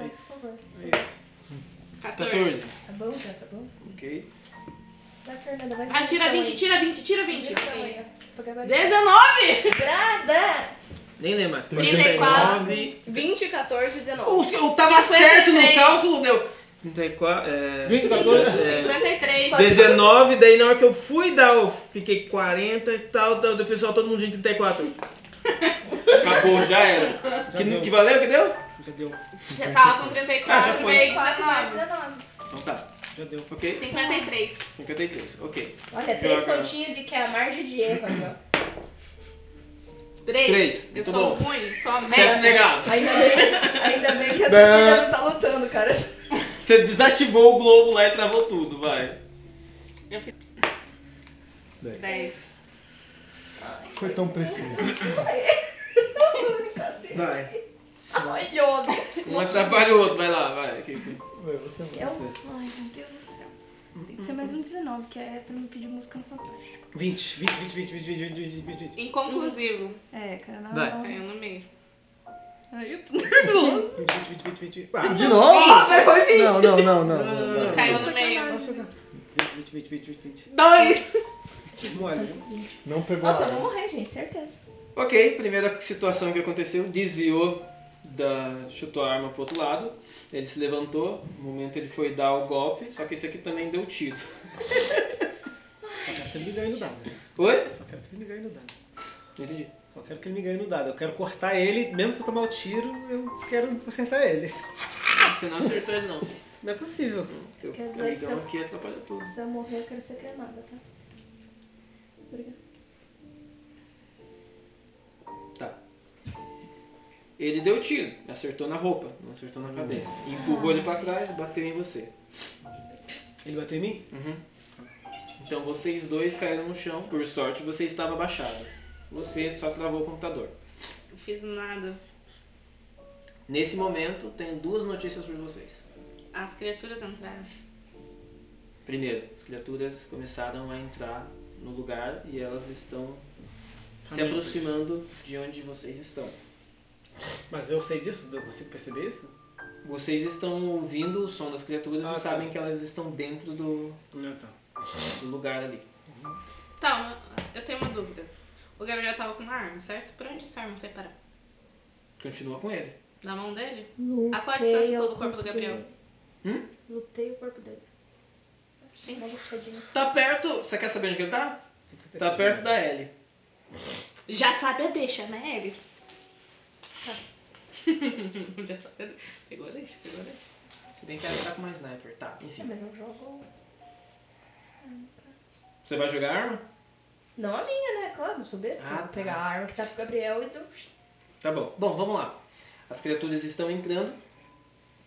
Speaker 7: É isso. É isso.
Speaker 3: 14.
Speaker 4: 14.
Speaker 5: Tá bom, já, tá bom.
Speaker 4: Ok.
Speaker 5: Vai, Fernanda, vai.
Speaker 3: Ah, tira 20, tira 20, tira 20.
Speaker 5: Porque vai
Speaker 3: 19!
Speaker 10: Nada!
Speaker 4: Nem lembro mais.
Speaker 3: 34.
Speaker 4: 39.
Speaker 9: 20, 14, 19.
Speaker 4: Uh, eu tava certo no
Speaker 3: 53.
Speaker 4: cálculo, deu. 34. É...
Speaker 7: 32.
Speaker 4: É...
Speaker 3: 53.
Speaker 4: 19, daí na hora que eu fui dar, eu fiquei 40 e tal, tal do pessoal, todo mundo de 34. Acabou, já era.
Speaker 7: Já
Speaker 4: que,
Speaker 7: deu.
Speaker 4: que valeu, que deu?
Speaker 7: Já deu.
Speaker 3: Já tava com
Speaker 4: Ah, já
Speaker 3: 34,
Speaker 4: foi.
Speaker 3: veio
Speaker 10: 4 mais
Speaker 3: 19.
Speaker 10: 19.
Speaker 4: Então tá,
Speaker 7: Já deu.
Speaker 4: ok?
Speaker 3: 53.
Speaker 4: 53, ok.
Speaker 10: Olha, três
Speaker 4: Joga.
Speaker 10: pontinhos de que é a margem de erro ali, ó.
Speaker 3: 3.
Speaker 4: Três.
Speaker 3: Eu
Speaker 4: Muito
Speaker 3: sou
Speaker 4: bom.
Speaker 3: ruim, sou a
Speaker 4: Sucesso
Speaker 3: merda.
Speaker 4: negado.
Speaker 10: Ainda bem, ainda bem que essa
Speaker 5: Né?
Speaker 10: filha não tá lutando, cara.
Speaker 4: Você desativou o globo lá e travou tudo, vai.
Speaker 3: Eu fiz
Speaker 2: Daí.
Speaker 3: 10.
Speaker 2: Foi tão preciso.
Speaker 4: Vai.
Speaker 10: Ai, Yoda.
Speaker 4: Um atrapalha o outro, vai lá, vai. Ok,
Speaker 2: Vai, você vai.
Speaker 5: Eu?
Speaker 4: Você.
Speaker 5: Ai, meu Deus do céu. Tem que ser mais um 19, que é pra me pedir música no Fantástico.
Speaker 7: 20, 20, 20, 20, 20, 20, 20, 20, 20.
Speaker 3: Inconclusivo.
Speaker 5: É, cara, não.
Speaker 4: Vai.
Speaker 5: não-
Speaker 3: Caiu no meio.
Speaker 5: Ai, eu tô nervosa.
Speaker 7: 20, 20, 20, 20.
Speaker 2: Ah, de novo?
Speaker 5: Vai, foi 20.
Speaker 2: Não, não, não, não. não, não.
Speaker 3: Caiu no meio.
Speaker 7: 20, 20, 20, 20, 20.
Speaker 3: 2.
Speaker 7: Mole, viu?
Speaker 2: Não pegou
Speaker 10: Nossa,
Speaker 2: a
Speaker 10: eu
Speaker 2: arma.
Speaker 10: vou morrer, gente, certeza.
Speaker 4: Ok, primeira situação que aconteceu, desviou da. chutou a arma pro outro lado, ele se levantou, no momento ele foi dar o golpe, só que esse aqui também deu tiro.
Speaker 7: Só quero que ele me ganhe no dado. né?
Speaker 4: Oi?
Speaker 7: Só quero que ele me ganhe no dado.
Speaker 4: Não entendi.
Speaker 7: Só quero que ele me ganhe no dado. Eu quero cortar ele, mesmo se eu tomar o tiro, eu quero acertar ele.
Speaker 4: Você não acertou ele não. filho.
Speaker 7: Não é possível.
Speaker 4: Teu
Speaker 5: Quer dizer que
Speaker 4: amigão
Speaker 5: você-
Speaker 4: aqui atrapalha tudo.
Speaker 5: Se eu morrer, eu quero ser cremada, tá? Obrigada.
Speaker 4: Tá. Ele deu tiro, acertou na roupa, não acertou na cabeça. Empurrou ele pra trás, bateu em você.
Speaker 7: Ele bateu em mim?
Speaker 4: Uhum. Então vocês dois caíram no chão, por sorte você estava abaixado. Você só travou o computador.
Speaker 3: Não fiz nada.
Speaker 4: Nesse momento, tenho duas notícias para vocês.
Speaker 3: As criaturas entraram.
Speaker 4: Primeiro, as criaturas começaram a entrar no lugar e elas estão se
Speaker 7: Amigos.
Speaker 4: aproximando de onde vocês estão.
Speaker 7: Mas eu sei disso? Eu consigo perceber isso?
Speaker 4: Vocês estão ouvindo o som das criaturas
Speaker 7: Ah,
Speaker 4: e
Speaker 7: tá.
Speaker 4: sabem que elas estão dentro do,
Speaker 7: Não, tá.
Speaker 4: do lugar ali.
Speaker 3: Então, eu tenho uma dúvida. O Gabriel tava com uma arma, certo? Por onde essa arma foi parar?
Speaker 4: Continua com ele.
Speaker 3: Na mão dele?
Speaker 5: Lutei
Speaker 3: A qual a distância
Speaker 5: ao
Speaker 3: pelo corpo do Gabriel?
Speaker 5: dele.
Speaker 4: Hum?
Speaker 5: Lutei o corpo dele.
Speaker 3: Sim.
Speaker 5: Uma lutadinha.
Speaker 4: Tá perto. Você quer saber onde que ele tá? Tá perto
Speaker 7: né?
Speaker 4: da L.
Speaker 3: Já sabe a deixa, né, Eli? Tá. Já sabe a deixa. Pegou a deixa, pegou a deixa.
Speaker 4: Se bem que ela tá com uma sniper. Tá,
Speaker 5: É,
Speaker 4: enfim.
Speaker 5: mas eu jogo...
Speaker 4: Você vai jogar a arma?
Speaker 10: Não a minha, né? Claro, não sou besta.
Speaker 4: Ah,
Speaker 10: Vou
Speaker 4: tá.
Speaker 10: pegar a arma que tá com o Gabriel e do...
Speaker 4: Tá bom. Bom, vamos lá. As criaturas estão entrando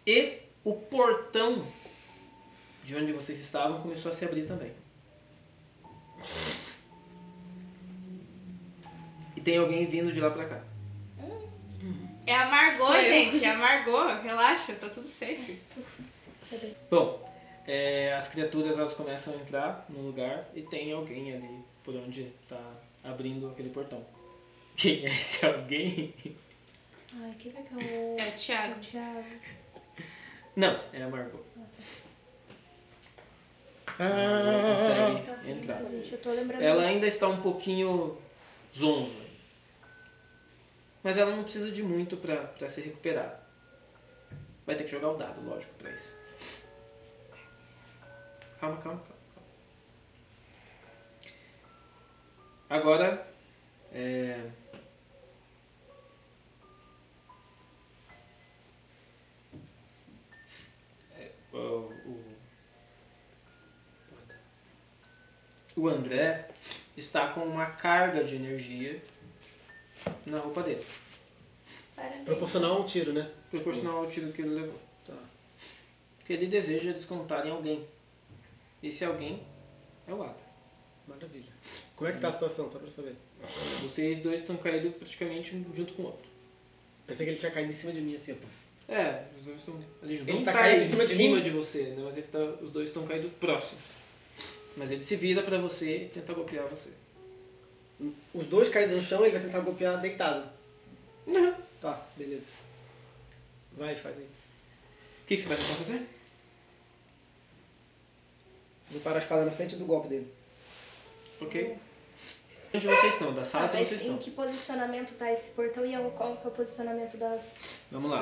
Speaker 4: e o portão de onde vocês estavam começou a se abrir também. E tem alguém vindo de lá pra cá.
Speaker 3: É a Margot,
Speaker 9: Sou eu.
Speaker 3: gente. É a Margot. Relaxa, tá tudo safe.
Speaker 5: Cadê?
Speaker 4: Bom, É, as criaturas elas começam a entrar no lugar e tem alguém ali por onde tá abrindo aquele portão. Quem é esse alguém?
Speaker 5: Ai, quem vai que é o.
Speaker 3: É o Thiago.
Speaker 5: o Thiago.
Speaker 4: Não, é a Margot.
Speaker 2: Ah,
Speaker 5: tá
Speaker 4: Ela consegue entrar.
Speaker 5: Gente, Assim, eu tô lembrando.
Speaker 4: Ela ainda está um pouquinho zonza. Mas ela não precisa de muito pra, pra se recuperar. Vai ter que jogar o dado, lógico, pra isso. Calma, calma, calma. calma. Agora. É... é, o- o- o André está com uma carga de energia na roupa dele,
Speaker 11: Proporcional a um tiro, né?
Speaker 4: proporcional ao tiro que ele levou.
Speaker 11: Tá.
Speaker 4: Que ele deseja é descontar em alguém. Esse alguém é o Ada.
Speaker 11: Maravilha. Como é que tá a situação, só pra eu saber?
Speaker 4: Vocês dois estão caídos praticamente um junto com o outro.
Speaker 11: Pensei que ele tinha caído em cima de mim, assim, ó.
Speaker 4: É, os dois estão ali juntos.
Speaker 11: Ele
Speaker 4: Não
Speaker 11: tá
Speaker 4: tá
Speaker 11: caído
Speaker 4: em cima de, você, né? Mas ele tá, os dois estão caídos próximos. Mas ele se vira pra você e tenta golpear você.
Speaker 7: Os dois caídos no chão, ele vai tentar golpear deitado. Tá, beleza.
Speaker 11: Vai, faz aí.
Speaker 4: O que, que você vai tentar fazer?
Speaker 7: Vou parar a espada na frente do golpe dele.
Speaker 4: Ok. Onde vocês estão? Da sala
Speaker 5: Ah,
Speaker 4: que
Speaker 5: mas
Speaker 4: vocês
Speaker 5: em
Speaker 4: estão.
Speaker 5: que posicionamento tá esse portão e é o- qual que é o posicionamento das.
Speaker 4: Vamos lá.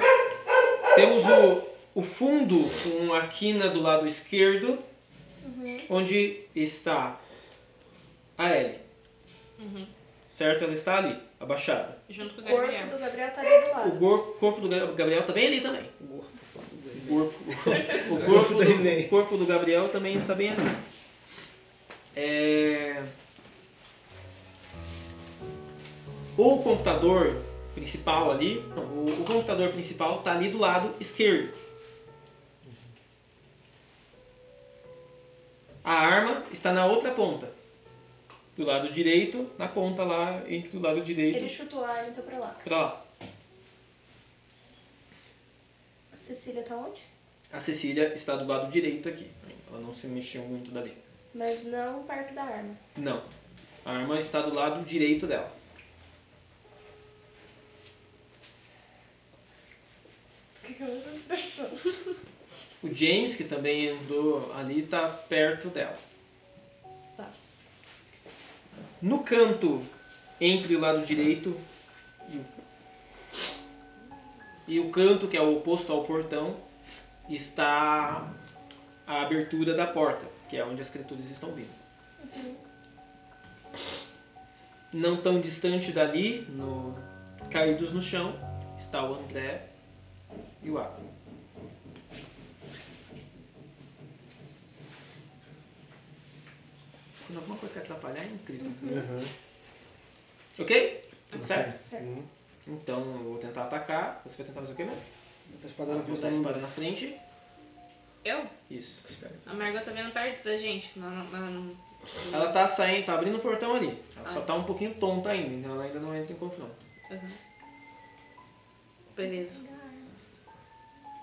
Speaker 4: Temos o, o fundo com a quina do lado esquerdo, onde está a Ellie. Certo? Ela está ali, abaixada.
Speaker 3: Junto com o
Speaker 5: O corpo
Speaker 3: Gabriel.
Speaker 5: do Gabriel tá ali do
Speaker 4: O
Speaker 5: lado.
Speaker 4: gor- corpo do Ga- Gabriel está bem ali também. O corpo, o
Speaker 7: O
Speaker 4: corpo,
Speaker 7: corpo do
Speaker 4: do,
Speaker 7: He-Man.
Speaker 4: o corpo do Gabriel também está bem ali. É... O computador principal ali, não, o, o computador principal está ali do lado esquerdo. A arma está na outra ponta. Do lado direito, na ponta lá, entre o lado
Speaker 5: Ele
Speaker 4: direito
Speaker 5: chutou a arma e tá pra lá.
Speaker 4: para lá.
Speaker 5: A Cecília tá onde?
Speaker 4: A Cecília está do lado direito aqui. Ela não se mexeu muito dali.
Speaker 5: Mas não perto da arma.
Speaker 4: Não. A arma está do lado direito dela. O James, que também entrou ali, está perto dela.
Speaker 5: Tá.
Speaker 4: No canto entre o lado direito e o, e o canto, que é o oposto ao portão, está a abertura da porta, que é onde as criaturas estão vindo. Uhum. Não tão distante dali, no, caídos no chão, está o André e o Adam. Quando alguma coisa quer atrapalhar, é incrível. Ok? Tudo certo?
Speaker 2: Uhum.
Speaker 4: Então eu vou tentar atacar. Você vai tentar fazer o quê mesmo?
Speaker 7: Botar a espada na
Speaker 4: vou
Speaker 7: frente
Speaker 4: botar a
Speaker 7: do
Speaker 4: espada
Speaker 7: mundo.
Speaker 4: na frente.
Speaker 3: Eu?
Speaker 4: Isso.
Speaker 3: A Margot tá vendo perto da gente. Não, não, não.
Speaker 4: Ela tá saindo, tá abrindo o portão ali. Ela só tá um pouquinho tonta ainda, então ela ainda não entra em confronto.
Speaker 3: Uhum. Beleza.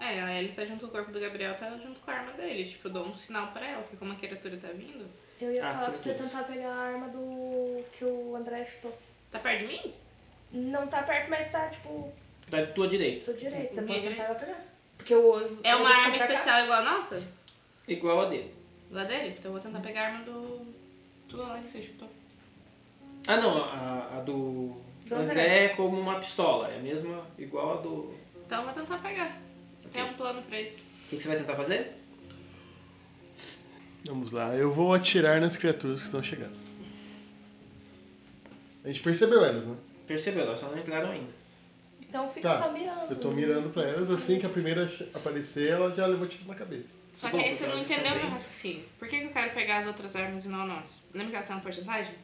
Speaker 3: É, a Ellie tá junto com o corpo do Gabriel, tá junto com a arma dele. Tipo, eu dou um sinal pra ela, porque como a criatura tá vindo.
Speaker 5: Eu ia
Speaker 4: Ah, as
Speaker 5: falar pra você
Speaker 4: criaturas.
Speaker 5: tentar pegar a arma do. que o André chutou.
Speaker 3: Tá perto de mim?
Speaker 5: Não tá perto, mas tá tipo.
Speaker 4: Da tua direita.
Speaker 5: do direito. Você
Speaker 3: Minha
Speaker 5: pode
Speaker 3: direita.
Speaker 5: tentar ela pegar. Porque o os,
Speaker 3: É
Speaker 5: eles
Speaker 3: uma arma
Speaker 5: estão pra cá.
Speaker 3: especial igual a nossa?
Speaker 4: Igual a dele.
Speaker 3: Igual a dele? Então eu vou tentar pegar a arma do. Tua lá que você chutou.
Speaker 4: Ah não, a, a do,
Speaker 5: Do
Speaker 4: André é como uma pistola. É a mesma, igual a do.
Speaker 3: Então eu vou tentar pegar. Tem um plano pra isso.
Speaker 4: O que, que você vai tentar fazer?
Speaker 2: Vamos lá, eu vou atirar nas criaturas que estão chegando. A gente percebeu elas, né?
Speaker 4: Percebeu, elas só não entraram ainda.
Speaker 5: Então fica
Speaker 2: Tá.
Speaker 5: só mirando.
Speaker 2: Eu tô mirando pra elas, assim que a primeira che- aparecer, ela já levou tiro na cabeça.
Speaker 3: Só
Speaker 4: Bom,
Speaker 3: que aí você não
Speaker 4: elas estão
Speaker 3: entendeu
Speaker 4: bem.
Speaker 3: meu raciocínio. Por que, que eu quero pegar as outras armas e não a nossa? Lembra que elas são porcentagem?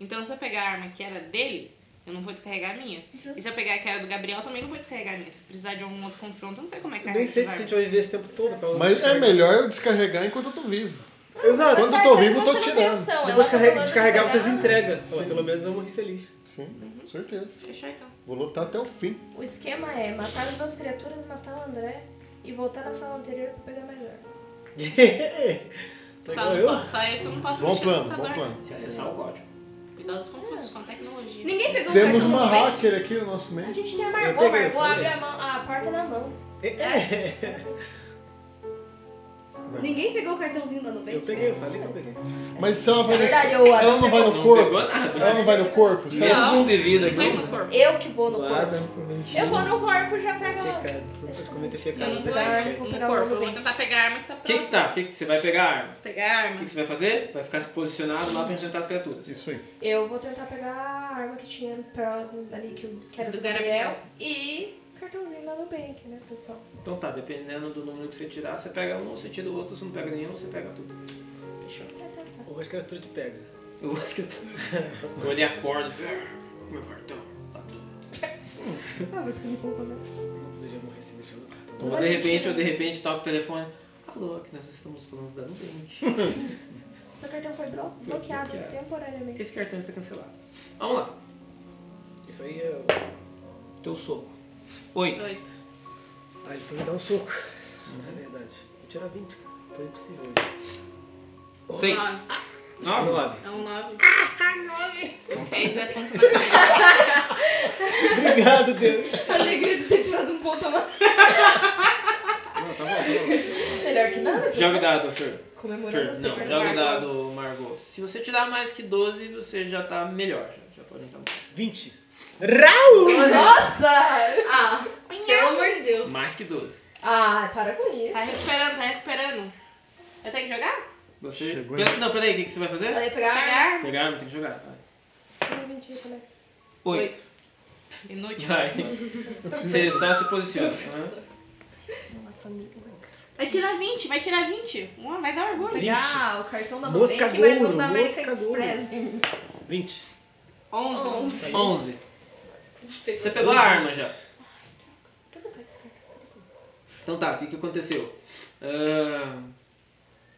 Speaker 3: Então se eu pegar a arma que era dele, eu não vou descarregar a minha. E se eu pegar a que era do Gabriel, eu também não vou descarregar a minha. Se eu precisar de algum outro confronto, eu não sei como é que
Speaker 7: Eu
Speaker 3: carrega
Speaker 7: Nem sei
Speaker 3: essas
Speaker 7: se a gente vai
Speaker 3: armas.
Speaker 7: viver esse tempo todo. Pra
Speaker 2: Mas é melhor eu descarregar enquanto eu tô vivo.
Speaker 7: Exato.
Speaker 2: Quando eu
Speaker 5: Sai,
Speaker 2: tô
Speaker 5: mas
Speaker 2: vivo, eu tô
Speaker 5: você não tem
Speaker 2: tirando.
Speaker 5: opção, ela
Speaker 7: Depois
Speaker 5: tá
Speaker 7: carrega-
Speaker 5: falando de
Speaker 7: descarregar,
Speaker 5: pegar.
Speaker 7: vocês entregam. Pô,
Speaker 2: Sim.
Speaker 7: pelo menos eu morri feliz.
Speaker 2: Sim, certeza.
Speaker 3: Fechou então.
Speaker 2: Vou lutar até o fim.
Speaker 5: O esquema é matar as duas criaturas, matar o André e voltar na sala anterior pra pegar mais arma.
Speaker 7: Tá
Speaker 3: Só,
Speaker 7: igual
Speaker 3: não
Speaker 7: eu?
Speaker 3: po- só eu que não posso
Speaker 2: Bom
Speaker 3: mexer
Speaker 2: plano,
Speaker 3: no
Speaker 2: bom
Speaker 3: computador.
Speaker 2: plano.
Speaker 4: Se acessar o código.
Speaker 3: Cuidados confusos com a tecnologia.
Speaker 9: Ninguém pegou
Speaker 2: Temos
Speaker 9: um cartão
Speaker 2: uma
Speaker 9: do Nubank?
Speaker 2: hacker aqui no nosso meio.
Speaker 5: A gente tem a
Speaker 7: Eu
Speaker 5: Margot,
Speaker 7: peguei,
Speaker 5: Margot abre
Speaker 7: falei.
Speaker 5: a, mão, a porta na mão.
Speaker 7: É,
Speaker 9: Ninguém pegou o cartãozinho da Nubank?
Speaker 7: eu peguei, eu falei que eu peguei.
Speaker 2: Mas se ela vai no,
Speaker 5: Verdade, eu
Speaker 2: se ela não vai no
Speaker 4: Não
Speaker 2: corpo,
Speaker 4: pegou nada.
Speaker 2: ela não vai no corpo, se ela-
Speaker 4: Menos um devido
Speaker 3: Não vai
Speaker 4: aqui.
Speaker 3: no corpo.
Speaker 5: Eu que vou no
Speaker 11: O
Speaker 5: corpo.
Speaker 11: Adam foi mentindo.
Speaker 5: Eu vou no corpo já pega logo.
Speaker 7: Pecado, não pode cometer
Speaker 3: Eu
Speaker 7: pecado.
Speaker 3: não
Speaker 7: mas
Speaker 3: vou
Speaker 7: é
Speaker 5: Apesar
Speaker 3: arma
Speaker 5: de
Speaker 7: isso
Speaker 5: que
Speaker 3: no
Speaker 5: eu
Speaker 3: corpo.
Speaker 5: pegar o
Speaker 3: Eu
Speaker 5: meu
Speaker 3: vou
Speaker 5: bem.
Speaker 3: tentar pegar a arma que tá
Speaker 4: O que, que você
Speaker 3: próxima.
Speaker 4: tá? O que, que você vai pegar a arma?
Speaker 3: Pegar a
Speaker 4: O que, que
Speaker 3: arma.
Speaker 4: você vai fazer? Vai ficar se posicionado lá pra enfrentar as criaturas.
Speaker 2: Isso aí.
Speaker 5: Eu vou tentar pegar a arma que tinha pra, ali que eu quero
Speaker 3: Do
Speaker 5: do
Speaker 3: Gabriel.
Speaker 5: Gabriel. E cartãozinho da Nubank, né, pessoal?
Speaker 4: Então tá, dependendo do número que você tirar, você pega um, você tira o outro, se não pega nenhum, você pega tudo.
Speaker 5: Fechou.
Speaker 7: Ou as criaturas te pegam.
Speaker 4: Eu vou escrito. Ou ele acorda. Meu cartão, tá tudo.
Speaker 5: Ah, você que me colocou né?
Speaker 7: Não poderia morrer sem deixar no cartão.
Speaker 4: Ou de repente, ou de repente toca o telefone. Alô, aqui nós estamos falando da Nubank.
Speaker 5: Seu cartão foi blo- bloqueado
Speaker 4: bloqueado.
Speaker 5: temporariamente.
Speaker 4: Esse cartão está cancelado. Vamos lá.
Speaker 11: Isso aí é o teu soco.
Speaker 4: Oito.
Speaker 3: Oito.
Speaker 7: Ah, ele foi me dar um soco. É verdade. Vou tirar 20, cara. Tô impossível.
Speaker 4: Seis. Nove.
Speaker 7: 9.
Speaker 3: É um nove. Ah, nove! O seis é contra na cabeça.
Speaker 7: Obrigado, Deus.
Speaker 10: Alegria de ter tirado um ponto a mais.
Speaker 4: Não, tá bom, tá bom.
Speaker 10: Melhor que nada.
Speaker 4: Joga o dado, Fer.
Speaker 10: Comemorando
Speaker 4: Fer,
Speaker 10: as
Speaker 4: não,
Speaker 10: vitórias.
Speaker 4: joga o dado, Margot. Se você tirar mais que 12, você já tá melhor. Já, já pode entrar.
Speaker 7: 20. Raul!
Speaker 10: Nossa!
Speaker 9: Ah, pelo amor de Deus.
Speaker 4: Mais que 12.
Speaker 5: Ah,
Speaker 10: Ai, para com isso.
Speaker 3: Tá recuperando, tá recuperando. Eu tenho que jogar?
Speaker 4: Você.
Speaker 2: Chegou
Speaker 4: Pensa-
Speaker 2: em-
Speaker 4: Não, peraí, o que, que você vai fazer?
Speaker 10: Falei pegar.
Speaker 3: Pegar?
Speaker 4: Pegar, não tem que jogar. Vai.
Speaker 5: Não, mentira, Alex.
Speaker 4: Oito.
Speaker 3: Inútil.
Speaker 4: Vai. Você só se posiciona. né?
Speaker 5: Não, a família.
Speaker 3: Vai tirar 20, vai tirar 20. Uma, vai dar orgulho.
Speaker 10: Pegar o cartão da
Speaker 7: Mosca
Speaker 10: Nubank mais
Speaker 7: Gouro,
Speaker 10: um da American
Speaker 7: Mosca Gouro.
Speaker 10: Express.
Speaker 7: 20.
Speaker 3: 11.
Speaker 10: 11.
Speaker 4: Onze. Você pegou a arma já.
Speaker 5: Depois eu pego esse cartão.
Speaker 4: Então tá, o que, que aconteceu? Ah,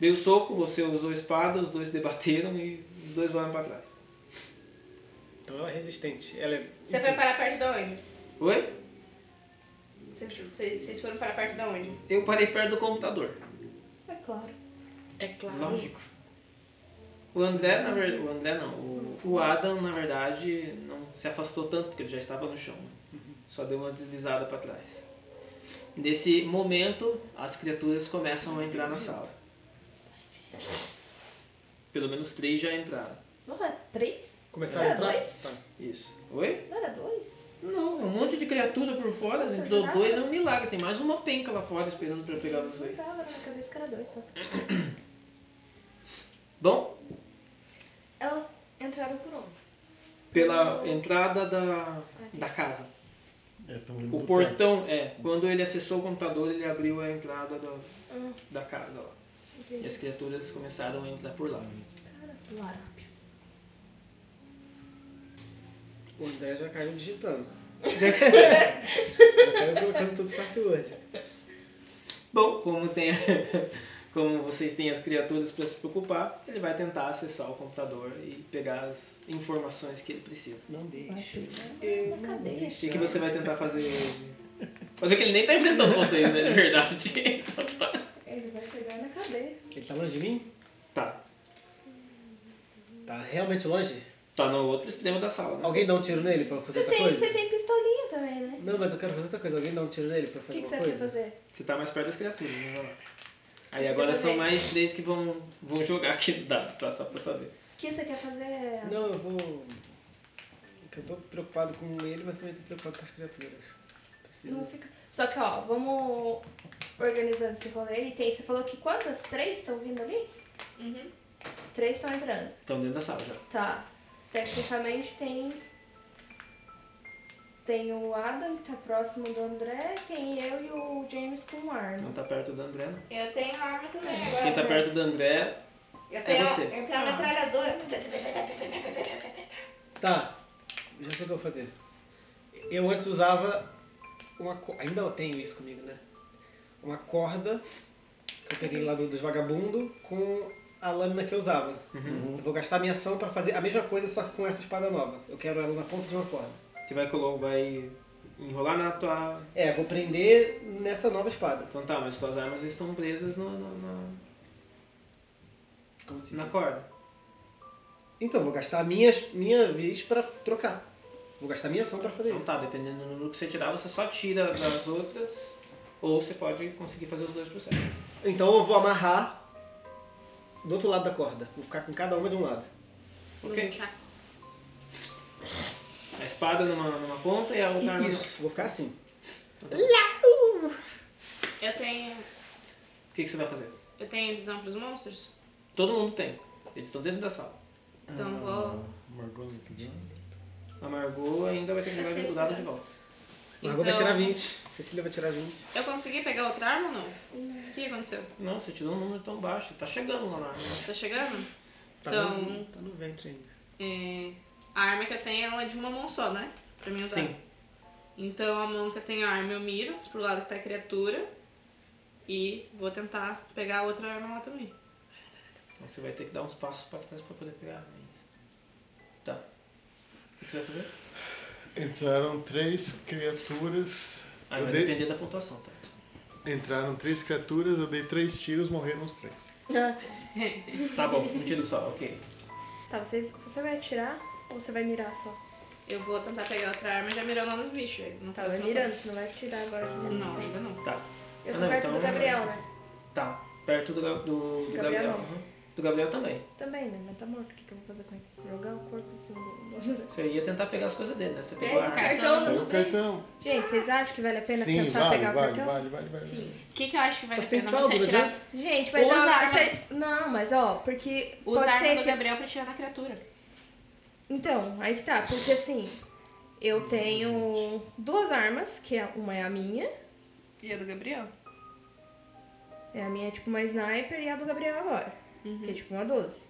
Speaker 4: dei o soco, você usou a espada, os dois debateram e os dois vão pra trás.
Speaker 7: Então ela é resistente. Ela é.
Speaker 3: Você foi para a parte da onde?
Speaker 4: Oi?
Speaker 3: Vocês- Vocês vocês foram para a parte da onde?
Speaker 4: Eu parei perto do computador.
Speaker 5: É claro.
Speaker 7: É claro.
Speaker 4: Lógico. O André, na verdade. O André não. O, o Adam, na verdade, não se afastou tanto, porque ele já estava no chão. né? Só deu uma deslizada para trás. Nesse momento, as criaturas começam a entrar na sala. Pelo menos três já entraram.
Speaker 5: Não era três?
Speaker 7: Começar a
Speaker 5: Era
Speaker 7: entrar.
Speaker 5: dois?
Speaker 7: Tá.
Speaker 4: Isso. Oi?
Speaker 5: Não era dois?
Speaker 4: Não, um monte de criatura por fora.
Speaker 5: Nossa,
Speaker 4: Entrou
Speaker 5: nada.
Speaker 4: dois, é um milagre. Tem mais uma penca lá fora esperando para pegar
Speaker 5: Não
Speaker 4: vocês.
Speaker 5: tava na minha cabeça que era dois só.
Speaker 4: Bom,
Speaker 9: Elas entraram por
Speaker 5: um.
Speaker 9: onde?
Speaker 4: pela entrada da, da casa.
Speaker 2: É, tamo indo
Speaker 4: O
Speaker 2: do
Speaker 4: portão, é. Quando ele acessou o computador, ele abriu a entrada da,
Speaker 5: Hum,
Speaker 4: da casa lá. E as criaturas começaram a entrar por lá.
Speaker 5: Larápio.
Speaker 7: O André já caiu digitando. já caiu colocando todos os passwords.
Speaker 4: Bom, como, tem, como vocês têm as criaturas para se preocupar, ele vai tentar acessar o computador e pegar as informações que ele precisa.
Speaker 7: Não deixe.
Speaker 5: Na cadeia.
Speaker 4: O que, que você vai tentar fazer? Fazer que ele nem tá enfrentando vocês, né? De verdade. Ele só tá.
Speaker 5: Ele vai pegar na cadeia.
Speaker 7: Ele tá longe de mim?
Speaker 4: Tá.
Speaker 7: Tá realmente longe?
Speaker 4: Tá no outro extremo da sala, né?
Speaker 7: Alguém dá um tiro nele pra eu
Speaker 5: Você
Speaker 7: fazer outra
Speaker 5: tem,
Speaker 7: coisa?
Speaker 5: você tem pistolinha também, né?
Speaker 7: Não, mas eu quero fazer outra coisa. Alguém dá um tiro nele pra
Speaker 5: O
Speaker 7: fazer
Speaker 5: que, que
Speaker 7: outra
Speaker 5: você quer
Speaker 7: coisa?
Speaker 5: fazer?
Speaker 4: Você tá mais perto das criaturas, né? Vai lá. Aí
Speaker 5: Você
Speaker 4: agora
Speaker 5: quer
Speaker 4: são
Speaker 5: fazer?
Speaker 4: mais três que vão, vão jogar aqui no dado, tá? Só pra saber.
Speaker 5: O que você quer fazer?
Speaker 7: Não, eu vou. É Que eu tô preocupado com ele, mas também tô preocupado com as criaturas.
Speaker 5: Não
Speaker 7: Preciso.
Speaker 5: fica... Só que, ó, vamos organizando esse rolê. E tem, você falou que quantas? Três estão vindo ali?
Speaker 3: Uhum.
Speaker 5: Três estão entrando.
Speaker 4: Estão dentro da sala já.
Speaker 5: Tá. Tecnicamente tem. Tem o Adam, que tá próximo do André, tem eu e o James com arma.
Speaker 4: Não tá perto do André, não.
Speaker 3: Eu tenho arma também agora. Ah.
Speaker 4: Quem tá perto do André
Speaker 3: Eu
Speaker 4: é você.
Speaker 3: Eu tenho uma metralhadora.
Speaker 7: Tá, já sei o que eu vou fazer. Eu antes usava uma. co- Ainda eu tenho isso comigo, né? Uma corda que eu peguei lá do, dos vagabundo com a lâmina que eu usava. Eu vou gastar a minha ação pra fazer a mesma coisa, só que com essa espada nova. Eu quero ela na ponta de uma corda.
Speaker 4: Você vai, colo- vai enrolar na tua.
Speaker 7: É, vou prender nessa nova espada.
Speaker 4: Então tá, mas tuas armas estão presas no, no- na-
Speaker 7: Como assim?
Speaker 4: na corda.
Speaker 7: Então, vou gastar a minha, minha vez pra trocar. Vou gastar minha ação pra fazer
Speaker 4: Então
Speaker 7: isso.
Speaker 4: tá, dependendo do que você tirar, você só tira das outras, ou você pode conseguir fazer os dois processos.
Speaker 7: Então eu vou amarrar do outro lado da corda. Vou ficar com cada uma de um lado.
Speaker 4: Ok? A espada numa, numa ponta e a outra arma Então, na outra.
Speaker 7: Isso, vou ficar assim.
Speaker 3: Eu tenho.
Speaker 4: O que, que você vai fazer?
Speaker 3: Eu tenho visão pros monstros?
Speaker 4: Todo mundo tem. Eles estão dentro da sala.
Speaker 3: Então
Speaker 4: Ah.
Speaker 3: vou.
Speaker 2: Margosa aqui dentro.
Speaker 4: A Margot ainda vai ter que jogar
Speaker 9: sei,
Speaker 4: o dado
Speaker 9: tá.
Speaker 4: de volta.
Speaker 7: Margot vai
Speaker 3: Então-
Speaker 7: tirar 20. Cecília vai tirar 20.
Speaker 3: Eu consegui pegar outra arma ou não? O que aconteceu?
Speaker 4: Não, você tirou um número tão baixo. Tá chegando lá na arma.
Speaker 3: Tá chegando?
Speaker 7: Tá,
Speaker 3: Então-
Speaker 7: no, tá no ventre ainda.
Speaker 3: É, a arma que eu tenho ela é de uma mão só, né? Pra mim usar.
Speaker 4: Sim.
Speaker 3: Então a mão que eu tenho a arma eu miro pro lado que tá a criatura. E vou tentar pegar a outra arma lá também.
Speaker 4: Então você vai ter que dar uns passos pra trás pra poder pegar a arma ainda. Tá. O que que você vai fazer?
Speaker 2: Entraram três criaturas.
Speaker 4: Aí
Speaker 2: Eu
Speaker 4: Ah, vai
Speaker 2: dei-
Speaker 4: depender da pontuação, tá?
Speaker 2: Entraram três criaturas, eu dei três tiros, morreram os três.
Speaker 4: Tá bom, um tiro só, ok.
Speaker 5: Tá, vocês, você vai atirar ou você vai mirar só?
Speaker 3: Eu vou tentar pegar outra arma já mirando lá nos bichos. aí Não
Speaker 5: Tá,
Speaker 3: faz
Speaker 5: vai
Speaker 3: noção.
Speaker 5: mirando, você não vai atirar agora. né?
Speaker 3: Não, ainda não.
Speaker 4: Tá.
Speaker 5: Eu
Speaker 4: Ah,
Speaker 5: tô
Speaker 4: não,
Speaker 5: perto
Speaker 4: então-
Speaker 5: do Gabriel, né?
Speaker 4: Tá, perto do, Ga- do, do
Speaker 5: Gabriel
Speaker 4: Gabriel.
Speaker 5: não.
Speaker 4: Uhum. Do Gabriel também.
Speaker 5: Também, né? Mas tá morto, o que, que eu vou fazer com ele? Jogar o corpo assim no...
Speaker 4: Você ia tentar pegar as coisas dele, né? Você
Speaker 5: É,
Speaker 4: pegou a
Speaker 9: Pega o
Speaker 4: arma.
Speaker 9: cartão
Speaker 2: Pega o
Speaker 9: do bem.
Speaker 2: cartão.
Speaker 5: Gente, vocês acham que vale a pena
Speaker 2: Sim,
Speaker 5: tentar
Speaker 2: vale,
Speaker 5: pegar o
Speaker 2: vale,
Speaker 5: cartão?
Speaker 2: vale, vale, vale.
Speaker 9: Sim.
Speaker 3: O que, que eu acho que vale
Speaker 7: Tá
Speaker 3: a
Speaker 7: sem
Speaker 3: pena
Speaker 7: saldo,
Speaker 3: você
Speaker 7: né,
Speaker 3: É, tirar?
Speaker 5: Gente, mas
Speaker 3: Ou
Speaker 5: ó,
Speaker 3: usar a arma.
Speaker 5: você- Não, mas ó, porque
Speaker 3: Usar a
Speaker 5: pode
Speaker 3: arma
Speaker 5: ser
Speaker 3: do
Speaker 5: que...
Speaker 3: Gabriel pra tirar na criatura.
Speaker 5: Então, aí que tá, porque assim, eu tenho duas armas, que é- uma é a minha,
Speaker 3: E a do Gabriel?
Speaker 5: é a minha é tipo uma sniper e a do Gabriel agora, que é tipo uma 12.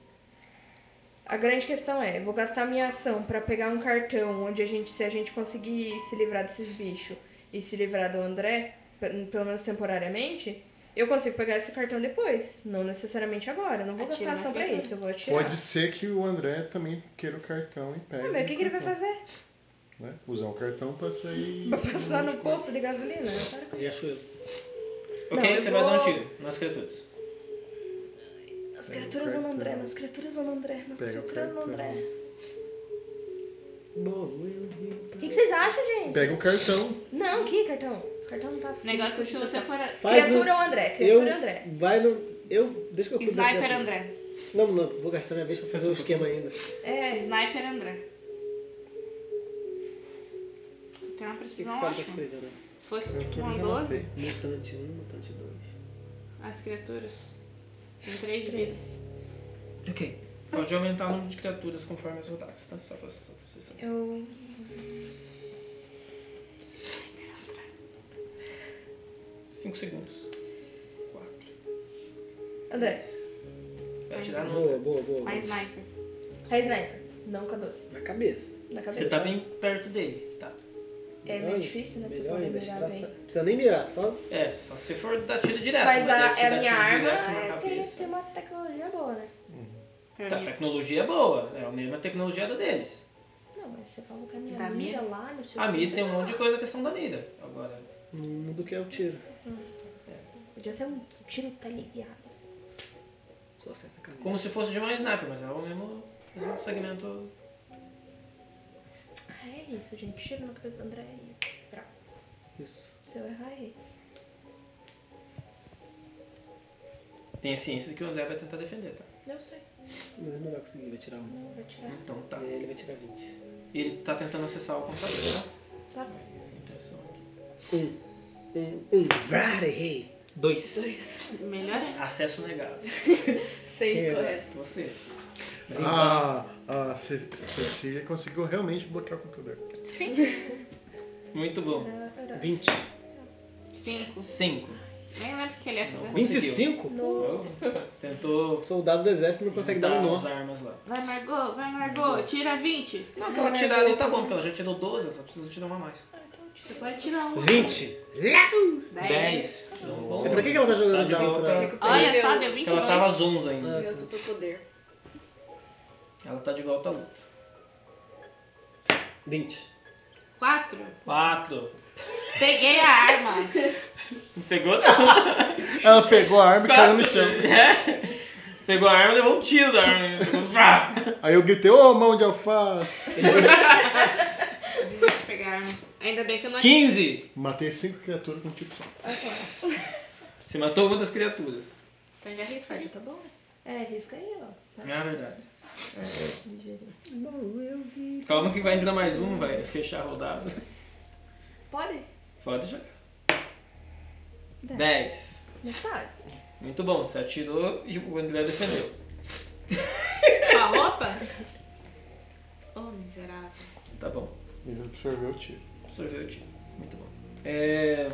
Speaker 5: A grande questão é, eu vou gastar minha ação pra pegar um cartão onde a gente, se a gente conseguir se livrar desses bichos e se livrar do André, pe- pelo menos temporariamente, eu consigo pegar esse cartão depois, não necessariamente agora, eu não vou
Speaker 3: Atira
Speaker 5: gastar
Speaker 3: na
Speaker 5: ação pra
Speaker 3: criatura.
Speaker 5: isso, eu vou atirar.
Speaker 2: Pode ser que o André também queira o cartão e pegue.
Speaker 5: Ah, mas o que, que ele vai
Speaker 2: cartão,
Speaker 5: fazer?
Speaker 2: né? Usar o cartão pra sair.
Speaker 5: Vai passar no posto de gasolina? né,
Speaker 2: É.
Speaker 5: cara?
Speaker 7: E acho eu.
Speaker 4: Ok,
Speaker 5: Não, eu
Speaker 4: você vai dar um
Speaker 5: vou-
Speaker 4: tiro nas criaturas.
Speaker 5: Nas
Speaker 2: Pega o
Speaker 5: criaturas do
Speaker 2: cartão.
Speaker 5: André, nas criaturas do André, nas
Speaker 2: Pega o
Speaker 5: criaturas do
Speaker 2: cartão.
Speaker 5: André.
Speaker 7: Bom, eu vi.
Speaker 5: O que, que vocês acham, gente?
Speaker 2: Pega o cartão.
Speaker 5: Não, que cartão? Cartão não tá
Speaker 3: O negócio é se você for. a-
Speaker 7: Faz
Speaker 5: Criatura ou André? Criatura ou André?
Speaker 7: Eu, vai no... Eu... Deixa que eu cuido da
Speaker 3: Sniper
Speaker 7: criatura.
Speaker 3: André.
Speaker 7: Não, não. Vou gastar minha vez pra fazer o esquema ainda.
Speaker 5: É.
Speaker 3: Sniper André. Tem uma precisão
Speaker 7: Esse cara tá
Speaker 3: ótima.
Speaker 7: escrevendo. né?
Speaker 3: Se fosse tipo
Speaker 2: Eu
Speaker 3: uma
Speaker 2: já
Speaker 3: 12,
Speaker 2: matei.
Speaker 7: Mutante 1, mutante 2.
Speaker 3: as criaturas. Tem 3 de vida.
Speaker 4: Ok. Pode aumentar o número de criaturas conforme as rodadas, tá? Só pra, só pra vocês saberem.
Speaker 5: Eu.
Speaker 4: Cinco segundos. Quatro.
Speaker 5: André.
Speaker 4: Vai
Speaker 2: Ah,
Speaker 4: atirar no.
Speaker 7: Boa, boa, boa.
Speaker 3: A
Speaker 7: boa.
Speaker 3: sniper.
Speaker 5: É sniper. Não com a 12.
Speaker 7: Na cabeça.
Speaker 5: Na cabeça.
Speaker 4: Você tá bem perto dele, tá?
Speaker 5: É meio
Speaker 7: Olha,
Speaker 5: difícil, né? pra
Speaker 7: Melhor
Speaker 5: poder
Speaker 7: ainda.
Speaker 5: mirar
Speaker 7: traça-
Speaker 5: bem.
Speaker 7: Não precisa nem mirar, só
Speaker 4: É, só se for dar tiro direto.
Speaker 5: Mas
Speaker 4: né?
Speaker 5: a,
Speaker 4: Daí você
Speaker 5: é
Speaker 4: dá
Speaker 5: a minha
Speaker 4: tiro
Speaker 5: arma
Speaker 4: direto na
Speaker 5: é, tem,
Speaker 4: cabeça.
Speaker 5: tem uma tecnologia boa, né?
Speaker 3: Pra
Speaker 4: Tá, a
Speaker 3: mim.
Speaker 4: tecnologia é boa, é a mesma tecnologia da deles.
Speaker 5: Não, mas você falou que a minha
Speaker 3: Da
Speaker 5: mira lá no seu.
Speaker 4: A mira tem um monte de coisa a questão da mira. Agora,
Speaker 7: hum, do que é o tiro.
Speaker 5: Podia ser um tiro teleguiado.
Speaker 7: Só acerta a cabeça.
Speaker 4: como se fosse de uma sniper, mas é o mesmo, mesmo segmento.
Speaker 5: Ah, é isso, gente. Tiro na cabeça do André e. Brau.
Speaker 7: Isso.
Speaker 5: Se eu errar, errei.
Speaker 4: Tem a ciência de que o André vai tentar defender, tá?
Speaker 5: Eu sei.
Speaker 7: Mas ele não vai conseguir, vai tirar um.
Speaker 5: Não, vou tirar.
Speaker 4: Então tá.
Speaker 7: E aí ele vai tirar 20.
Speaker 4: E ele tá tentando acessar o computador, tá?
Speaker 5: Tá.
Speaker 4: Intenção aqui.
Speaker 7: Um, um, vrar, errei.
Speaker 4: Dois.
Speaker 3: Melhor é.
Speaker 4: Acesso negado.
Speaker 9: Sei,
Speaker 7: Quem
Speaker 9: correto.
Speaker 4: Você.
Speaker 2: Ah, a Ce- Cecília conseguiu realmente bloquear o computador.
Speaker 4: Muito bom.
Speaker 7: 20.
Speaker 3: 5.
Speaker 4: Cinco.
Speaker 3: Nem lembro o que ele ia fazer.
Speaker 4: Não.
Speaker 7: 25?
Speaker 4: Tentou
Speaker 7: O soldado do exército não consegue dar um
Speaker 4: dar
Speaker 7: nó.
Speaker 4: as armas lá.
Speaker 3: Vai, Margot, vai, Margot, tira 20.
Speaker 4: Não,
Speaker 5: é
Speaker 4: aquela tirada ali tá bom, porque ela já tirou 12, ela só precisa tirar uma a mais.
Speaker 3: Você pode tirar um.
Speaker 7: 20.
Speaker 9: É
Speaker 4: Dez. Então, bom.
Speaker 7: Pra que que ela Ah, tá
Speaker 4: Tá
Speaker 7: jogando
Speaker 4: de
Speaker 7: dado pra-
Speaker 4: volta.
Speaker 3: Olha
Speaker 9: Meu-
Speaker 3: só, deu 22.
Speaker 4: Ela tava às 11
Speaker 7: tá.
Speaker 4: ainda.
Speaker 9: Meu superpoder.
Speaker 4: Ela tá de volta à luta.
Speaker 7: 20.
Speaker 3: 4.
Speaker 4: Quatro.
Speaker 3: Peguei a arma.
Speaker 4: Não pegou, não.
Speaker 2: Ela pegou a arma e caiu no chão.
Speaker 4: Pegou a arma, levou um tiro da arma. Pegou- Vá!
Speaker 2: Aí eu gritei, ô mão de alface!
Speaker 3: Desisto de pegar arma. Ainda bem que eu não
Speaker 4: 15!
Speaker 2: Matei cinco criaturas com um tipo só.
Speaker 4: Você matou uma das criaturas.
Speaker 3: Então já arrisca, já tá bom.
Speaker 5: É, risca aí, ó.
Speaker 4: É verdade. Calma que vai entrar mais um, vai fechar a rodada.
Speaker 5: Pode?
Speaker 4: Pode jogar. 10.
Speaker 5: Metade.
Speaker 4: Muito bom, você atirou e o André defendeu.
Speaker 3: Com a roupa? Oh, miserável.
Speaker 4: Tá bom.
Speaker 2: Ele absorveu o tiro.
Speaker 4: Absorveu o tiro. Muito bom. É,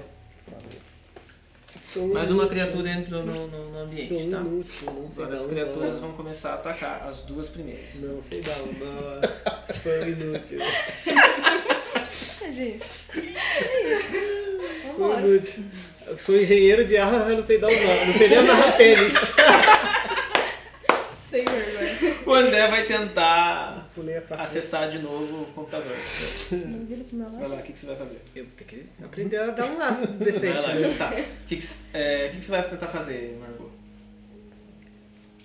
Speaker 7: Sou um
Speaker 4: mais uma
Speaker 7: inútil.
Speaker 4: criatura entrou no, no- no
Speaker 7: Sou um
Speaker 4: ambiente, tá?
Speaker 7: inútil, não sei
Speaker 4: Agora
Speaker 7: dar
Speaker 4: as
Speaker 7: um
Speaker 4: criaturas
Speaker 7: nó.
Speaker 4: vão começar a atacar, as duas primeiras.
Speaker 7: Não sei dar um nó. Sou um inútil.
Speaker 5: É, gente.
Speaker 7: Sou um inútil. Eu sou engenheiro de arma, mas não sei dar um nó. Não sei nem amarrar tênis.
Speaker 5: Sem vergonha.
Speaker 4: O André vai tentar
Speaker 7: Pulei a parte.
Speaker 4: acessar de novo o computador.
Speaker 5: Não vira pro meu lado.
Speaker 4: Vai lá, o que, que você vai fazer?
Speaker 7: Eu vou ter que aprender a dar um laço decente.
Speaker 4: vai
Speaker 7: né?
Speaker 4: lá, tá. O que, que, é, o que, que você vai tentar fazer, Margot?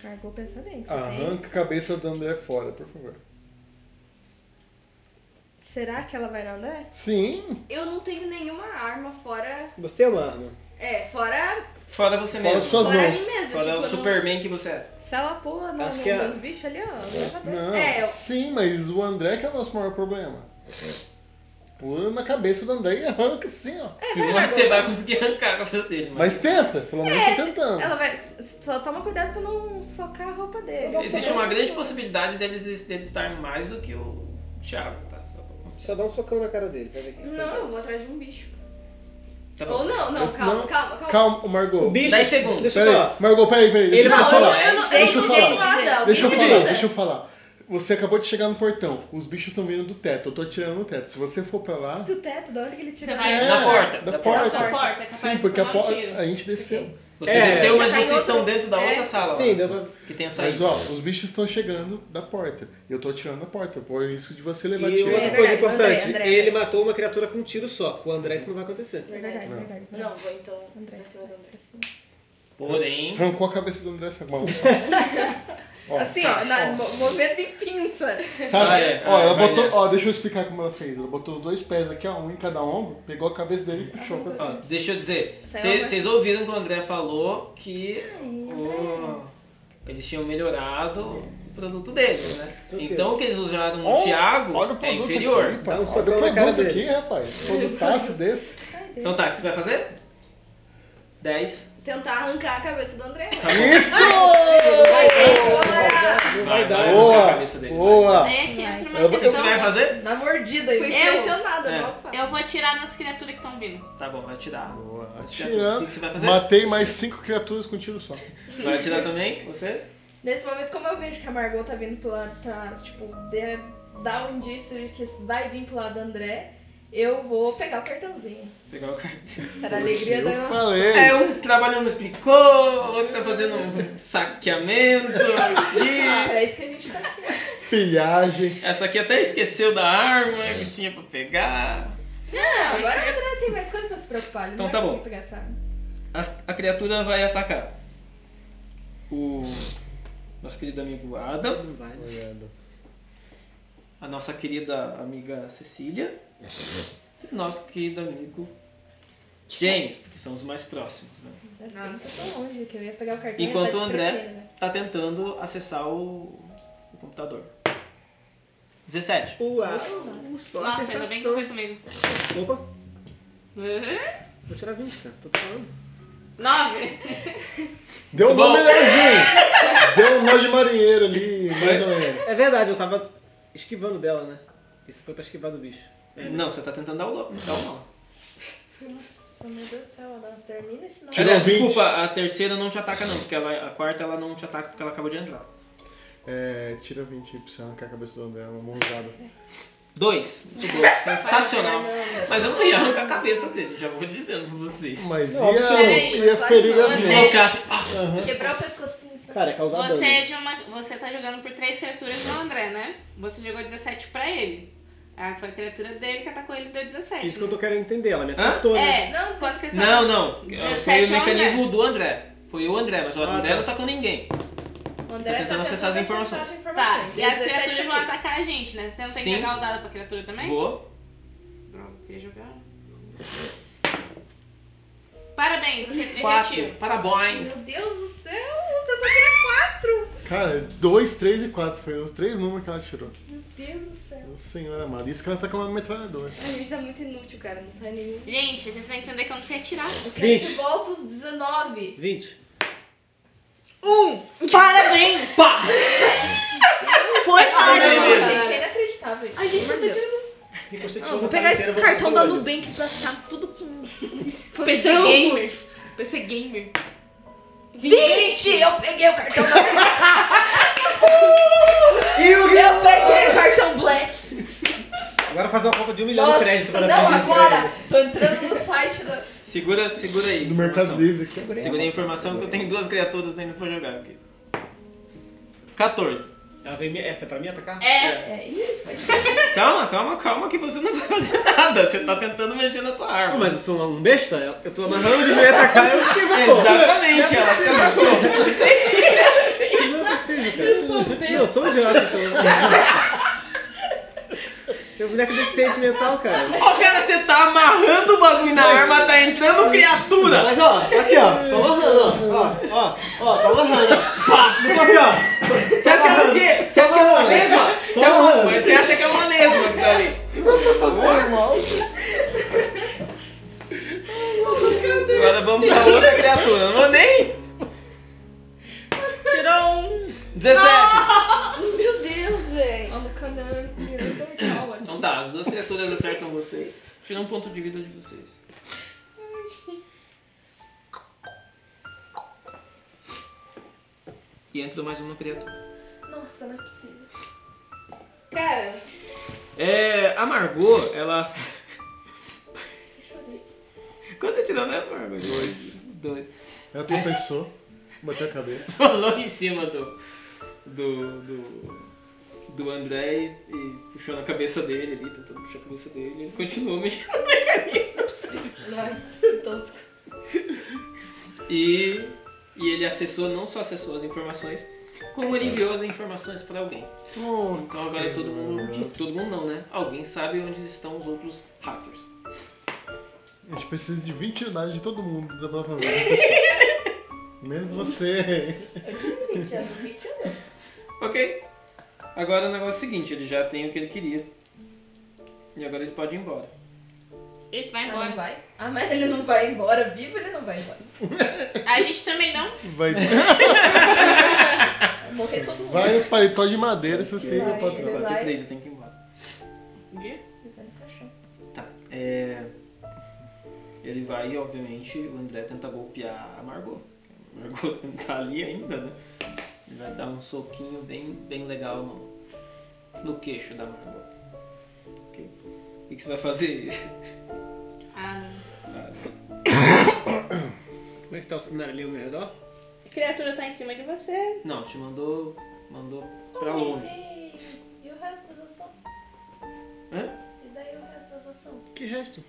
Speaker 5: Cargou o pensamento. Você tem.
Speaker 2: Arranca a cabeça do André fora, por favor.
Speaker 5: Será que ela vai na André?
Speaker 2: Sim!
Speaker 9: Eu não tenho nenhuma arma fora.
Speaker 7: Você é uma arma.
Speaker 9: É, fora.
Speaker 4: Fora você
Speaker 2: Fora
Speaker 4: mesmo.
Speaker 2: suas
Speaker 9: fora
Speaker 2: mãos.
Speaker 9: mim mesmo.
Speaker 4: Fora
Speaker 9: tipo,
Speaker 4: o
Speaker 9: eu não-
Speaker 4: Superman que você é.
Speaker 5: Se ela pula no,
Speaker 7: Acho que é-
Speaker 5: nos bichos ali, ó, na cabeça.
Speaker 2: Não,
Speaker 9: É, eu-
Speaker 2: sim, mas o André que é o nosso maior problema. Pula na cabeça do André e arranca assim, ó.
Speaker 4: É.
Speaker 9: É,
Speaker 4: você vai conseguir arrancar a cabeça dele, mas...
Speaker 2: Mas tenta, pelo menos tá tentando.
Speaker 5: É, Ela vai. Só toma cuidado pra não socar a roupa dele.
Speaker 4: Existe uma grande possibilidade deles, deles estarem mais do que o Thiago, tá? Só pra constar.
Speaker 7: Só dá um socão na cara dele. Pra ver o que
Speaker 9: Não, eu
Speaker 7: acontece.
Speaker 9: vou atrás de um bicho.
Speaker 4: Tá bom.
Speaker 9: Ou não, não,
Speaker 2: Eu-
Speaker 9: calma,
Speaker 2: não.
Speaker 9: calma, calma.
Speaker 2: Calma, Margot.
Speaker 7: O bicho.
Speaker 4: Dez segundos.
Speaker 7: Deixa eu
Speaker 2: Peraí,
Speaker 7: falar.
Speaker 2: Margot, peraí, peraí. Deixa
Speaker 7: Ele
Speaker 2: eu
Speaker 7: não,
Speaker 2: falar.
Speaker 4: eu não-
Speaker 2: Deixa eu falar.
Speaker 3: é,
Speaker 9: nada.
Speaker 2: Deixa eu
Speaker 3: tipo
Speaker 9: alguém
Speaker 2: falar,
Speaker 9: ajuda.
Speaker 2: deixa eu falar. Você acabou de chegar no portão. Os bichos estão vindo do teto. Eu tô atirando no teto. Se você for pra lá.
Speaker 5: Do teto, da hora que ele tirou.
Speaker 3: Você vai-
Speaker 2: É,
Speaker 4: da porta,
Speaker 2: Da,
Speaker 4: da
Speaker 2: porta.
Speaker 3: Da porta, é capaz
Speaker 2: Sim,
Speaker 3: de
Speaker 2: porque a,
Speaker 3: tomar um
Speaker 2: po-
Speaker 3: tiro.
Speaker 2: a gente desceu.
Speaker 4: Você
Speaker 7: É.
Speaker 4: desceu, mas
Speaker 5: Já tá em
Speaker 4: vocês
Speaker 5: outra-
Speaker 4: estão dentro da
Speaker 5: É.
Speaker 4: outra sala.
Speaker 7: Sim,
Speaker 4: ó,
Speaker 7: dá pra.
Speaker 4: Que tem a
Speaker 2: Mas
Speaker 4: saída.
Speaker 2: ó, os bichos estão chegando da porta. Eu tô atirando da porta. Põe o risco de você levar
Speaker 7: E
Speaker 2: tiro.
Speaker 7: outra
Speaker 5: É
Speaker 7: coisa
Speaker 5: verdade,
Speaker 7: importante,
Speaker 5: André, André,
Speaker 7: ele
Speaker 5: André.
Speaker 7: matou uma criatura com um tiro só. Com o André isso não vai acontecer.
Speaker 5: Verdade, verdade.
Speaker 9: Não, vou então
Speaker 5: André.
Speaker 9: pra cima do André.
Speaker 4: Porém,
Speaker 2: Arrancou a cabeça do André Sacmal. ó,
Speaker 5: Assim, ó, na, mo- movimento de pinça.
Speaker 2: sabe?
Speaker 4: Ah, é,
Speaker 2: ó,
Speaker 4: é,
Speaker 2: ela
Speaker 4: vai
Speaker 2: botou,
Speaker 4: nessa.
Speaker 2: ó, deixa eu explicar como ela fez. Ela botou os dois pés aqui, ó, um em cada ombro, pegou a cabeça dele e puxou pra
Speaker 4: ó,
Speaker 2: cima.
Speaker 4: deixa eu dizer.
Speaker 5: Saiu
Speaker 4: cê-
Speaker 5: uma-
Speaker 4: Vocês ouviram que o André falou que o- eles tinham melhorado o produto deles, né?
Speaker 7: quê?
Speaker 4: Então o que eles usaram no
Speaker 2: Olha-
Speaker 4: Thiago
Speaker 2: Oh, Olha o
Speaker 4: é
Speaker 2: produto
Speaker 4: inferior.
Speaker 2: aqui, pá.
Speaker 7: Dá um
Speaker 2: Olha o
Speaker 7: socão na cara
Speaker 2: produto
Speaker 7: dele.
Speaker 2: aqui, rapaz. Um Produtaço desse.
Speaker 4: Então tá, o que você vai fazer? 10.
Speaker 9: Tentar arrancar a cabeça do André.
Speaker 4: Vai, vai.
Speaker 7: Não vai dar.
Speaker 4: arrancar a
Speaker 2: Boa,
Speaker 4: cabeça dele,
Speaker 2: boa.
Speaker 3: É que entra uma
Speaker 2: Eu- eu-
Speaker 4: O que você
Speaker 3: questão.
Speaker 4: vai fazer?
Speaker 5: Na mordida
Speaker 9: Fui
Speaker 5: aí.
Speaker 3: Eu-
Speaker 9: impressionada,
Speaker 4: é.
Speaker 9: não é o que fala.
Speaker 3: Eu vou atirar nas criaturas que estão vindo.
Speaker 4: Tá bom, vai atirar.
Speaker 2: Boa.
Speaker 4: O
Speaker 2: Atirando.
Speaker 4: que você vai fazer?
Speaker 2: Matei mais cinco criaturas com um tiro só.
Speaker 4: Vai atirar também? Você?
Speaker 5: Nesse momento, como eu vejo que a Margot tá vindo pro lado, tá, tipo, de, dá um indício de que vai vir pro lado do André, eu vou pegar o cartãozinho.
Speaker 4: Pegar o cartão.
Speaker 5: Será a alegria da
Speaker 2: Eu
Speaker 5: nossa.
Speaker 2: falei.
Speaker 4: É, um trabalhando picô, outro tá fazendo um saqueamento um aqui.
Speaker 5: Pra isso que a gente tá aqui.
Speaker 2: Pilhagem.
Speaker 4: Essa aqui até esqueceu da arma que tinha pra pegar.
Speaker 5: Não, agora o André tem mais coisa pra se preocupar. Ele
Speaker 4: Então
Speaker 5: não
Speaker 4: tá
Speaker 5: vai
Speaker 4: bom.
Speaker 5: conseguir pegar essa arma.
Speaker 4: As- A, criatura vai atacar. O nosso querido amigo Adam,
Speaker 7: Não vai, né?
Speaker 4: a nossa querida amiga Cecília e o nosso querido amigo James, que são os mais próximos, né?
Speaker 5: Ainda bem que eu tô longe, que eu ia pegar o cartão.
Speaker 4: Enquanto o
Speaker 5: ia tá
Speaker 4: André
Speaker 5: desprevenida.
Speaker 4: tá tentando acessar o, o computador. 17.
Speaker 7: Uau, só a
Speaker 3: Nossa, ainda bem que
Speaker 7: sensação.
Speaker 3: foi comigo.
Speaker 7: Opa,
Speaker 3: Uhum.
Speaker 7: vou tirar 20, cara. Tô falando.
Speaker 3: Nove.
Speaker 2: Deu um
Speaker 4: Tá Bom.
Speaker 2: nó melhorzinho. Deu um nó de marinheiro ali, mais ou menos.
Speaker 7: É verdade, eu tava esquivando dela, né? Isso foi pra esquivar do bicho.
Speaker 4: Não, você tá tentando dar o dó. Dar o nó.
Speaker 5: Nossa, meu Deus do céu, Adam, termina esse nome.
Speaker 2: Tirou
Speaker 4: Aliás,
Speaker 2: 20.
Speaker 4: desculpa, a terceira não te ataca não, porque ela, a quarta ela não te ataca porque ela acabou de entrar.
Speaker 2: É, tira 20 pra você arrancar é a cabeça do André, uma mãozada.
Speaker 4: Dois. Muito bom. Sensacional. Mas eu não ia arrancar a cabeça dele, já vou dizendo pra vocês.
Speaker 2: Mas
Speaker 7: Não,
Speaker 2: ia,
Speaker 9: peraí,
Speaker 2: ia
Speaker 9: claro
Speaker 2: ferir
Speaker 9: que não,
Speaker 2: a
Speaker 9: né?
Speaker 2: gente.
Speaker 4: Deslocar assim.
Speaker 5: Quebrar o pescocinho, sabe?
Speaker 7: Cara, é causar
Speaker 3: Você
Speaker 7: dano.
Speaker 3: é de uma. Você tá jogando por três criaturas do André, né? Você jogou 17 pra ele. Ah, foi a criatura dele que atacou ele e deu 17.
Speaker 7: Isso que eu tô querendo entender, ela me
Speaker 4: Hã?
Speaker 7: acertou, né?
Speaker 3: É,
Speaker 5: Não,
Speaker 3: quando você
Speaker 4: Não, não. Foi
Speaker 3: 17
Speaker 4: o
Speaker 3: é o
Speaker 4: mecanismo do André. Foi o André, mas o
Speaker 7: Ah,
Speaker 4: André
Speaker 7: tá.
Speaker 4: não atacou ninguém.
Speaker 5: O André
Speaker 4: Tá
Speaker 5: tá
Speaker 4: tentando acessar as informações.
Speaker 3: Tá, e as
Speaker 5: 17
Speaker 3: criaturas vão
Speaker 5: vezes.
Speaker 3: atacar a gente, né? Você não tem
Speaker 4: Sim.
Speaker 3: que jogar o dado pra criatura também?
Speaker 4: Vou.
Speaker 3: Droga, queria jogar. Parabéns, você
Speaker 4: Quatro.
Speaker 3: negativo.
Speaker 4: Parabéns.
Speaker 9: Meu Deus do céu, você só tirou quatro!
Speaker 2: Cara, 2, 3 e 4. Foi os três números que ela tirou.
Speaker 9: Meu Deus do céu.
Speaker 2: Meu senhor amado. Isso que ela tá com uma metralhadora.
Speaker 9: A gente tá muito inútil, cara, não sai nenhum.
Speaker 3: Gente, vocês têm que entender que eu não sei atirar.
Speaker 5: Gente, volta os 19.
Speaker 11: 20.
Speaker 12: Parabéns! Pá! Foi
Speaker 5: Não,
Speaker 12: maravilhoso!
Speaker 5: gente, é inacreditável.
Speaker 9: A gente
Speaker 5: Meu
Speaker 9: tá
Speaker 5: Deus.
Speaker 9: tirando.
Speaker 7: Ricochet
Speaker 5: Não, vou pegar esse cartão da Nubank pra ficar tudo com.
Speaker 12: PC
Speaker 5: Fandangos.
Speaker 12: Gamers.
Speaker 3: PC Gamer.
Speaker 5: Gente, eu peguei o cartão da Nubank.
Speaker 12: Eu
Speaker 5: Eu peguei o cartão Black.
Speaker 7: Agora faz uma compra de um milhão de
Speaker 5: Nossa,
Speaker 7: crédito para
Speaker 5: não,
Speaker 7: pedir
Speaker 5: agora.
Speaker 7: crédito.
Speaker 5: Tô entrando no site da.
Speaker 4: Segura, segura aí.
Speaker 2: Do Mercado
Speaker 4: informação.
Speaker 2: Livre. cara.
Speaker 4: Segura a informação que eu tenho duas criaturas ainda pra jogar aqui. 14.
Speaker 7: Ela vem me- Essa é pra mim atacar?
Speaker 12: É,
Speaker 5: É isso.
Speaker 4: Calma, calma, calma, que você não vai fazer nada. Você tá tentando mexer na tua
Speaker 7: Não,
Speaker 4: arma.
Speaker 7: mas eu sou um besta? Eu tô amarrando de joelho atacar, eu esquivo, pô.
Speaker 4: Exatamente, ela se atacou.
Speaker 7: Não é possível, cara. Não, eu sou um idiota, então. Meu boneco deve ser sentimental, cara.
Speaker 4: Ó, cara, você tá amarrando o bagulho na arma, tá entrando criatura.
Speaker 7: Mas ó, aqui ó, tô amarrando, ó. Ó, ó, ó, tô amarrando.
Speaker 12: pá!
Speaker 7: Não tô assim, ó.
Speaker 4: Tipo Você acha que é o quê? Você acha que é uma lesma? Você, é uma- você acha que é uma lesma que tá ali? Agora vamos pra outra criatura. Não vou nem.
Speaker 3: Tirou um.
Speaker 4: 17.
Speaker 9: Meu Deus, velho.
Speaker 4: Então tá, as duas criaturas acertam vocês. Tira um ponto de vida de vocês. E entra mais uma criatura.
Speaker 5: Nossa, não é possível.
Speaker 3: Cara,
Speaker 4: É. A Margot, ela. Quanto você tirou, né, Margot? Dois. Dois.
Speaker 2: Ela tropeçou, bateu a cabeça.
Speaker 4: Falou em cima do. Do. Do. Do André e, e puxou na cabeça dele ali, tentando puxar a cabeça dele. Ele continuou mexendo.
Speaker 9: Vai,
Speaker 5: Então,
Speaker 9: tosco.
Speaker 4: E, e ele acessou, não só acessou as informações, como ele enviou as informações para alguém.
Speaker 2: Oh,
Speaker 4: Então agora todo mundo, todo mundo não, né? Alguém sabe onde estão os outros hackers.
Speaker 2: a gente precisa de 20 unidades de todo mundo da próxima vez. Menos você.
Speaker 4: Ok? Agora o negócio é o seguinte, ele já tem o que ele queria. E agora ele pode ir embora.
Speaker 3: esse vai
Speaker 5: Ah, não
Speaker 3: embora.
Speaker 5: vai? Ah, mas ele não vai embora. Vivo, ele não vai embora.
Speaker 3: A gente também não.
Speaker 2: Vai,
Speaker 5: Vai morrer todo mundo.
Speaker 2: vai o paletó de madeira, se você
Speaker 5: Vai.
Speaker 2: pra
Speaker 5: Ele
Speaker 4: Agora
Speaker 5: vai.
Speaker 4: tem três, eu tenho que ir embora.
Speaker 3: O quê?
Speaker 5: Ele vai no caixão.
Speaker 4: Tá. É... Ele vai, obviamente, o André tenta golpear a Margot. A Margot não tá ali ainda, né? Ele vai dar um soquinho bem, bem legal no, no queixo da Margot. Ok? O que, que você vai fazer?
Speaker 3: Ah, não.
Speaker 7: Como é que tá o cenário ali ao meu redor?
Speaker 3: A criatura tá em cima de você.
Speaker 4: Não, te mandou. Mandou pra longe.
Speaker 5: E o resto das ações?
Speaker 4: Hã?
Speaker 5: E daí o resto das ações?
Speaker 7: Que resto?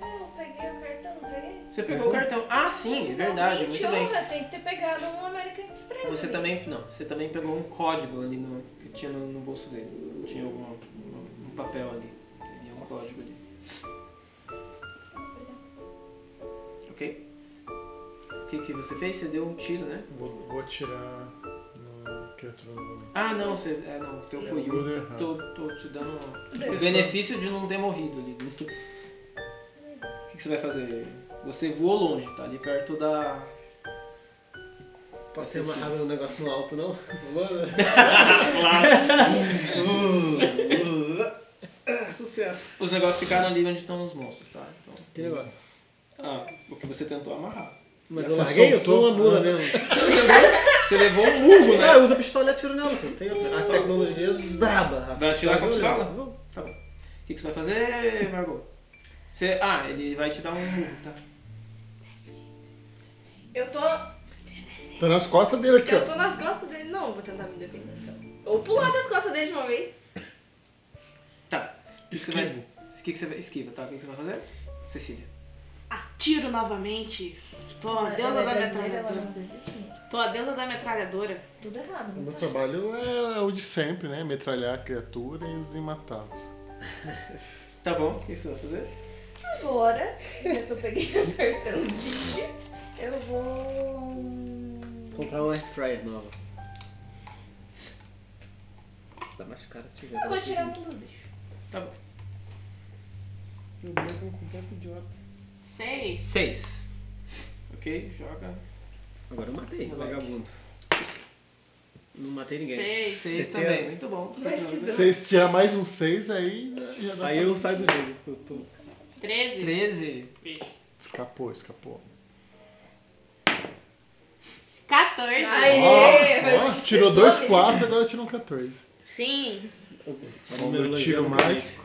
Speaker 5: Eu peguei o cartão, não peguei?
Speaker 4: Você pegou o cartão. Ah, sim, é verdade, muito bem.
Speaker 5: Tem que ter pegado um American Express.
Speaker 4: Você também, não, você também pegou um código ali no, que tinha no, no bolso dele. Tinha alguma- um, um papel ali. Havia um código ali. Ok? O que, que você fez? Você deu um tiro, né?
Speaker 2: Vou, vou atirar no criatura novamente.
Speaker 4: Ah, não, você. É, não, o teu foi um.
Speaker 2: Tudo errado.
Speaker 4: Tô, tô te dando o benefício de não ter morrido ali. O que, que você vai fazer? Você voou longe, tá ali perto da.
Speaker 7: Posso ser amarrado no negócio no alto, não? Voando. Ah, Sucesso.
Speaker 4: Os negócios ficaram ali onde estão os monstros, tá? Então,
Speaker 7: Que negócio?
Speaker 4: Ah, o que você tentou amarrar.
Speaker 7: Mas
Speaker 2: Já
Speaker 7: eu larguei, eu sou
Speaker 2: soltou.
Speaker 7: uma mula mesmo.
Speaker 4: Você levou, você levou um murro, né?
Speaker 7: Ah, usa pistola e atira nela, pô. Tem a Ah, tecnologia braba, Rafa.
Speaker 4: Vai atirar com a pistola?
Speaker 7: Vou.
Speaker 4: Tá bom. O que, que você vai fazer, Margot? Você, ah, ele vai te dar um murro, tá?
Speaker 9: Eu tô.
Speaker 2: Tá nas costas dele aqui,
Speaker 9: Eu
Speaker 2: ó.
Speaker 9: tô nas costas dele. Não, eu vou tentar me defender. então. Ou pular das costas dele de uma vez.
Speaker 4: Tá. O que que você vai- O que, que você vai. Esquiva, tá? O que, que você vai fazer? Cecília.
Speaker 3: tiro novamente. Tô a deusa da metralhadora. Tô a deusa da metralhadora.
Speaker 5: Tudo errado.
Speaker 2: O
Speaker 5: né?
Speaker 2: meu trabalho é o de sempre, né? Metralhar criaturas e matá-los.
Speaker 4: Tá bom, o que você vai fazer?
Speaker 5: Agora, já que eu peguei o cartão de eu vou.
Speaker 4: Comprar um air fryer nova. Tá mais caro que tiver.
Speaker 5: Eu vou tirar um dos bichos.
Speaker 4: Meu Deus, é um completo idiota.
Speaker 3: Seis.
Speaker 4: Seis. Ok, joga.
Speaker 7: Agora eu matei,
Speaker 4: Moleque.
Speaker 7: vagabundo.
Speaker 4: Não matei ninguém.
Speaker 3: Seis.
Speaker 4: Seis
Speaker 7: Você
Speaker 4: também,
Speaker 7: tem-
Speaker 4: muito bom. Tá
Speaker 9: Mas que dó.
Speaker 2: Se tirar mais um 6 aí, já dá
Speaker 7: Aí eu saio do jogo. que Eu tô...
Speaker 3: Treze.
Speaker 4: Treze.
Speaker 3: Bicho.
Speaker 2: Escapou, escapou.
Speaker 3: 14.
Speaker 2: Ó, ó, tirou dois 4, agora tirou um 14.
Speaker 3: Sim.
Speaker 2: Bom,
Speaker 7: número
Speaker 2: meu tiro
Speaker 7: legal,
Speaker 2: mágico.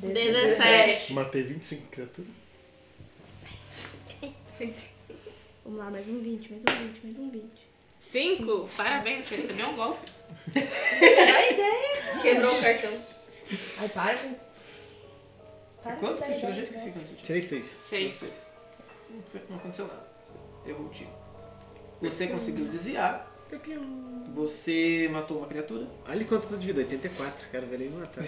Speaker 3: 17.
Speaker 2: Matei 25 criaturas.
Speaker 10: Vamos lá, mais um 20, mais um 20, mais um 20.
Speaker 3: 5. Parabéns, você recebeu um golpe.
Speaker 5: É
Speaker 9: Dá ideia. Quebrou o cartão.
Speaker 5: Ai, para com. Para com
Speaker 4: Quanto que você tirou?
Speaker 5: isso.
Speaker 4: Já esqueci quanto você tirou.
Speaker 7: Tirei seis.
Speaker 3: 6.
Speaker 4: Não aconteceu nada. Errou o tiro. Você conseguiu desviar. Você matou uma criatura.
Speaker 7: Olha quanto eu tô de vida, 84, cara, velho, me matar.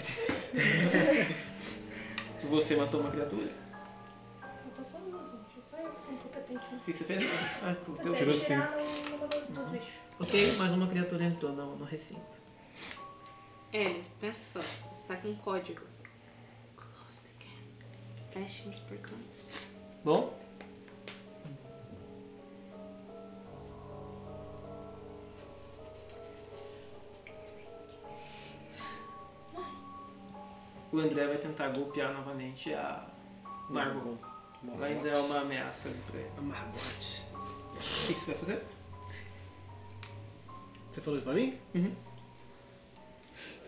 Speaker 4: Você matou uma criatura.
Speaker 5: Eu tô só uma, gente. Só eu que sou incompetente. né?
Speaker 4: O que que você fez? Ah, com o teu
Speaker 5: Tentei
Speaker 2: tirou
Speaker 5: tirar no- numa das- dos bichos.
Speaker 4: Ok, mais uma criatura entrou no, no recinto.
Speaker 3: Ele, É, pensa só. Você tá com um código. Close the game. Fecha os portões.
Speaker 4: Bom? O André vai tentar golpear novamente a Margot. Ainda é uma ameaça ali pra ele. A Margot. O que, que você vai fazer?
Speaker 7: Você falou isso pra mim?
Speaker 4: Uhum.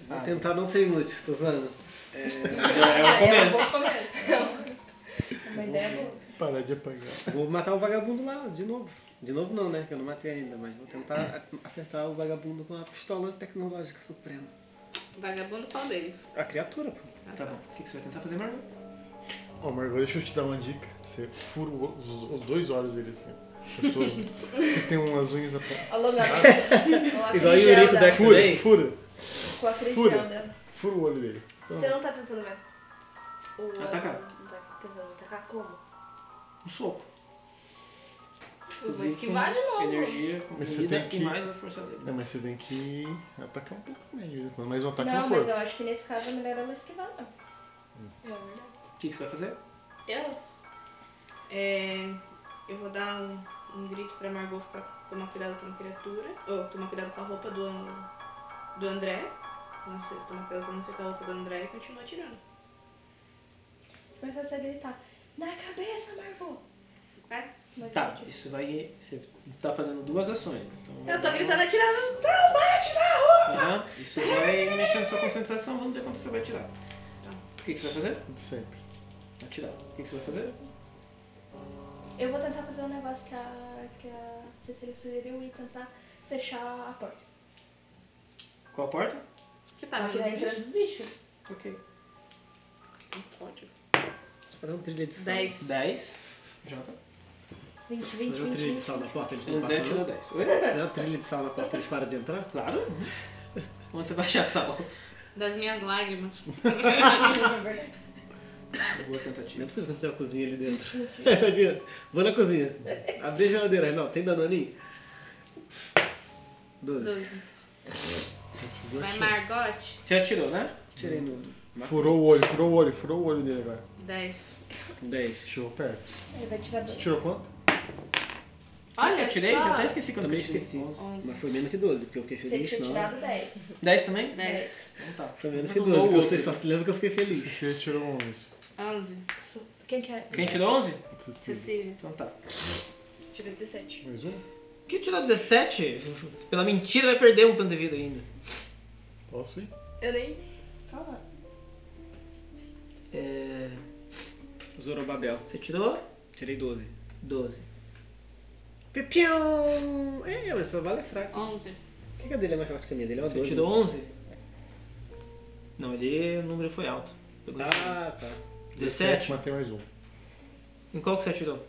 Speaker 7: Vou
Speaker 4: Ah,
Speaker 7: tentar não ser inútil, tô zoando.
Speaker 4: É, já
Speaker 9: Ah,
Speaker 4: é o começo.
Speaker 5: É Uma ideia boa.
Speaker 2: Parar de apanhar.
Speaker 7: Vou matar o vagabundo lá, de novo. De novo não, né? Que eu não matei ainda, mas vou tentar a- acertar o vagabundo com a pistola tecnológica suprema.
Speaker 3: Vagabundo, qual deles?
Speaker 7: A criatura, pô.
Speaker 4: Tá bom. O que, que você vai tentar fazer, Margot?
Speaker 2: Ó, Margot, deixa eu te dar uma dica. Você fura o- os, os dois olhos dele assim. As pessoas que tem umas unhas apontadas.
Speaker 9: Alô, meu
Speaker 7: Igual o Eurico do X-Men.
Speaker 2: Fura, fura.
Speaker 9: Com a frente
Speaker 2: Fura.
Speaker 9: real
Speaker 5: né?
Speaker 4: Tá
Speaker 9: dela.
Speaker 2: Fura o olho dele.
Speaker 9: Você não tá tentando ver. O-
Speaker 4: Atacar.
Speaker 9: Não tá tentando atacar como?
Speaker 4: Um soco.
Speaker 9: Eu vou esquivar de novo.
Speaker 4: Energia,
Speaker 2: Mas você
Speaker 4: comida
Speaker 2: tem que-
Speaker 4: e mais a força dele.
Speaker 2: É, mas você tem que atacar um pouco meio, né? Quando mais um ataque
Speaker 5: Não,
Speaker 2: no
Speaker 5: mas
Speaker 2: corpo.
Speaker 5: eu acho que nesse caso é melhor ela esquivar, não.
Speaker 9: É verdade.
Speaker 4: O que, que você vai fazer?
Speaker 3: Eu? É, eu vou dar um, um grito pra Margot ficar, tomar cuidado com a criatura. Ou tomar cuidado com a roupa do, An- do André. Não sei, tomar cuidado pra não acertar a roupa do André e continuar atirando.
Speaker 5: Começar a gritar. Na cabeça, Margot!
Speaker 3: Vai.
Speaker 5: Mas
Speaker 4: Tá,
Speaker 5: eu-
Speaker 4: isso vai. Você tá fazendo duas ações. Então,
Speaker 3: Eu tô gritando atirando. Não, bate na roupa!
Speaker 4: Aham, isso vai mexendo sua concentração, vamos ver quanto você vai tirar. O que, que você vai fazer?
Speaker 2: De sempre.
Speaker 4: Atirar. O que, que você vai fazer?
Speaker 5: Eu vou tentar fazer um negócio que a, que a Cecília sugeriu e tentar fechar a porta.
Speaker 4: Qual a porta?
Speaker 3: Que tá,
Speaker 5: Aqui tá entrando os bichos.
Speaker 4: Ok.
Speaker 7: Deixa eu fazer um trilha de sal.
Speaker 3: 10.
Speaker 4: 10. Joga.
Speaker 5: 20, 20,
Speaker 7: Fazer um
Speaker 5: 20.
Speaker 7: trilha de sal na porta, eles não
Speaker 4: André
Speaker 7: passam.
Speaker 4: tirou
Speaker 7: não?
Speaker 4: 10. Oi?
Speaker 7: Fazer uma trilha Um de sal na porta, eles param de entrar?
Speaker 4: Claro. Onde você vai achar sal?
Speaker 3: Das minhas lágrimas.
Speaker 4: Boa
Speaker 7: Não é
Speaker 4: tentativa.
Speaker 7: possível que não tenha uma cozinha ali dentro. Imagina, vou na cozinha. Abri a geladeira, não, tem danoninho? Doze.
Speaker 3: 12. Vai, Margot.
Speaker 4: Você atirou, né?
Speaker 7: Tirei nulo.
Speaker 2: Furou o olho, furou o olho, furou o olho dele agora.
Speaker 3: 10.
Speaker 7: Dez.
Speaker 2: Tirou perto.
Speaker 5: Ele vai tirar dois.
Speaker 2: Tirou quanto?
Speaker 3: Olha,
Speaker 4: Atirei?
Speaker 3: só.
Speaker 4: Já até esqueci quanto
Speaker 7: Também
Speaker 4: eu tirei.
Speaker 7: esqueci.
Speaker 4: 11.
Speaker 7: Mas foi menos que 12, porque eu fiquei
Speaker 5: Você
Speaker 7: feliz,
Speaker 5: tinha
Speaker 7: não.
Speaker 5: tirado 10.
Speaker 4: 10 também?
Speaker 3: 10.
Speaker 4: Então tá.
Speaker 7: Foi menos que
Speaker 4: Anulou
Speaker 7: 12,
Speaker 4: o
Speaker 7: você
Speaker 4: outro.
Speaker 7: só se lembra que eu fiquei feliz.
Speaker 2: Você tirou 11.
Speaker 3: 11.
Speaker 5: Quem que é?
Speaker 4: Quem tirou 11?
Speaker 2: Cecília.
Speaker 3: Cecília.
Speaker 4: Então tá.
Speaker 9: Tirei 17.
Speaker 2: Mais um?
Speaker 4: Que tirou 17? Pela mentira vai perder um ponto de vida ainda.
Speaker 2: Posso ir?
Speaker 9: Eu nem.
Speaker 5: Calma.
Speaker 4: É...
Speaker 7: Zorobabel.
Speaker 4: Você tirou
Speaker 7: Tirei 12.
Speaker 4: 12.
Speaker 7: Pipião! É, mas só vale é fraco.
Speaker 3: 11.
Speaker 7: Por que que a dele é mais forte que a minha? A dele é uma
Speaker 4: Você
Speaker 7: 12.
Speaker 4: tirou 11? Não, ele o número foi alto. Pegou
Speaker 7: Ah, tá.
Speaker 4: 17?
Speaker 2: Matei mais um.
Speaker 4: Em qual que você atirou?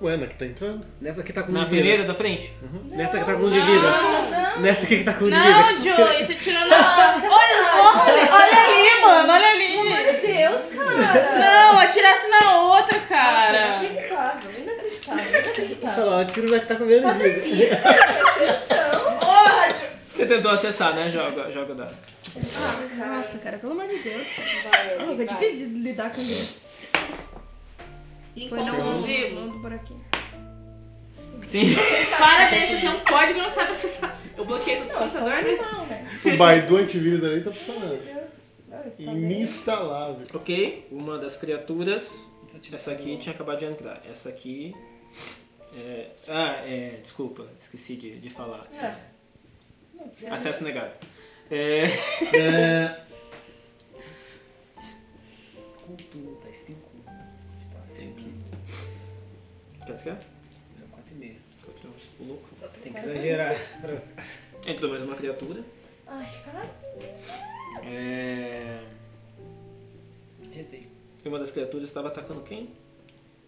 Speaker 2: Ué, na que tá entrando?
Speaker 7: Nessa aqui tá com um
Speaker 4: Na
Speaker 7: de vida.
Speaker 4: primeira da frente?
Speaker 7: Nessa aqui tá com um de vida. Nessa aqui que tá com um de vida.
Speaker 3: Ah, Não, Joey, você tirou na.
Speaker 12: Olha,
Speaker 13: tá
Speaker 12: olha, olha ali, mano, olha ali.
Speaker 10: Meu Deus, cara!
Speaker 3: Não, atirasse na outra, cara.
Speaker 10: Inacreditável, inacreditável, inacreditável.
Speaker 7: Olha lá, o tiro vai que tá com menos
Speaker 10: Tá
Speaker 7: vida.
Speaker 10: dormindo, presta atenção. Porra!
Speaker 4: Você tentou acessar, né? Joga, joga da. é?
Speaker 5: Nossa, cara, pelo amor de Deus.
Speaker 9: Vai,
Speaker 5: Pô,
Speaker 9: vai.
Speaker 5: é difícil de lidar com ele. Foi não
Speaker 4: um.
Speaker 3: Inconclusivo.
Speaker 5: do buraquinho.
Speaker 4: Sim.
Speaker 3: Parabéns, você tem um código e não sabe acessar. Eu bloqueei todo o computador, né?
Speaker 5: Não, né?
Speaker 2: O Baidu antivírus ali tá funcionando.
Speaker 5: Meu Deus. Não, isso tá bem.
Speaker 2: Instalável.
Speaker 4: ok, uma das criaturas. Essa aqui tinha acabado de entrar. Essa aqui. é- Ah, é. Desculpa, esqueci de, de falar.
Speaker 5: É. Não
Speaker 4: É,
Speaker 5: precisa.
Speaker 4: Acesso negado. É,
Speaker 2: É,
Speaker 7: Cultura, tá 5. Tá 5.
Speaker 4: quer dizer?
Speaker 7: Já 4 e meia.
Speaker 4: O louco.
Speaker 7: Tem que exagerar.
Speaker 4: Entrou mais uma criatura.
Speaker 5: Ai, caralho.
Speaker 4: É,
Speaker 7: Rezei.
Speaker 4: e Uma das criaturas estava atacando quem?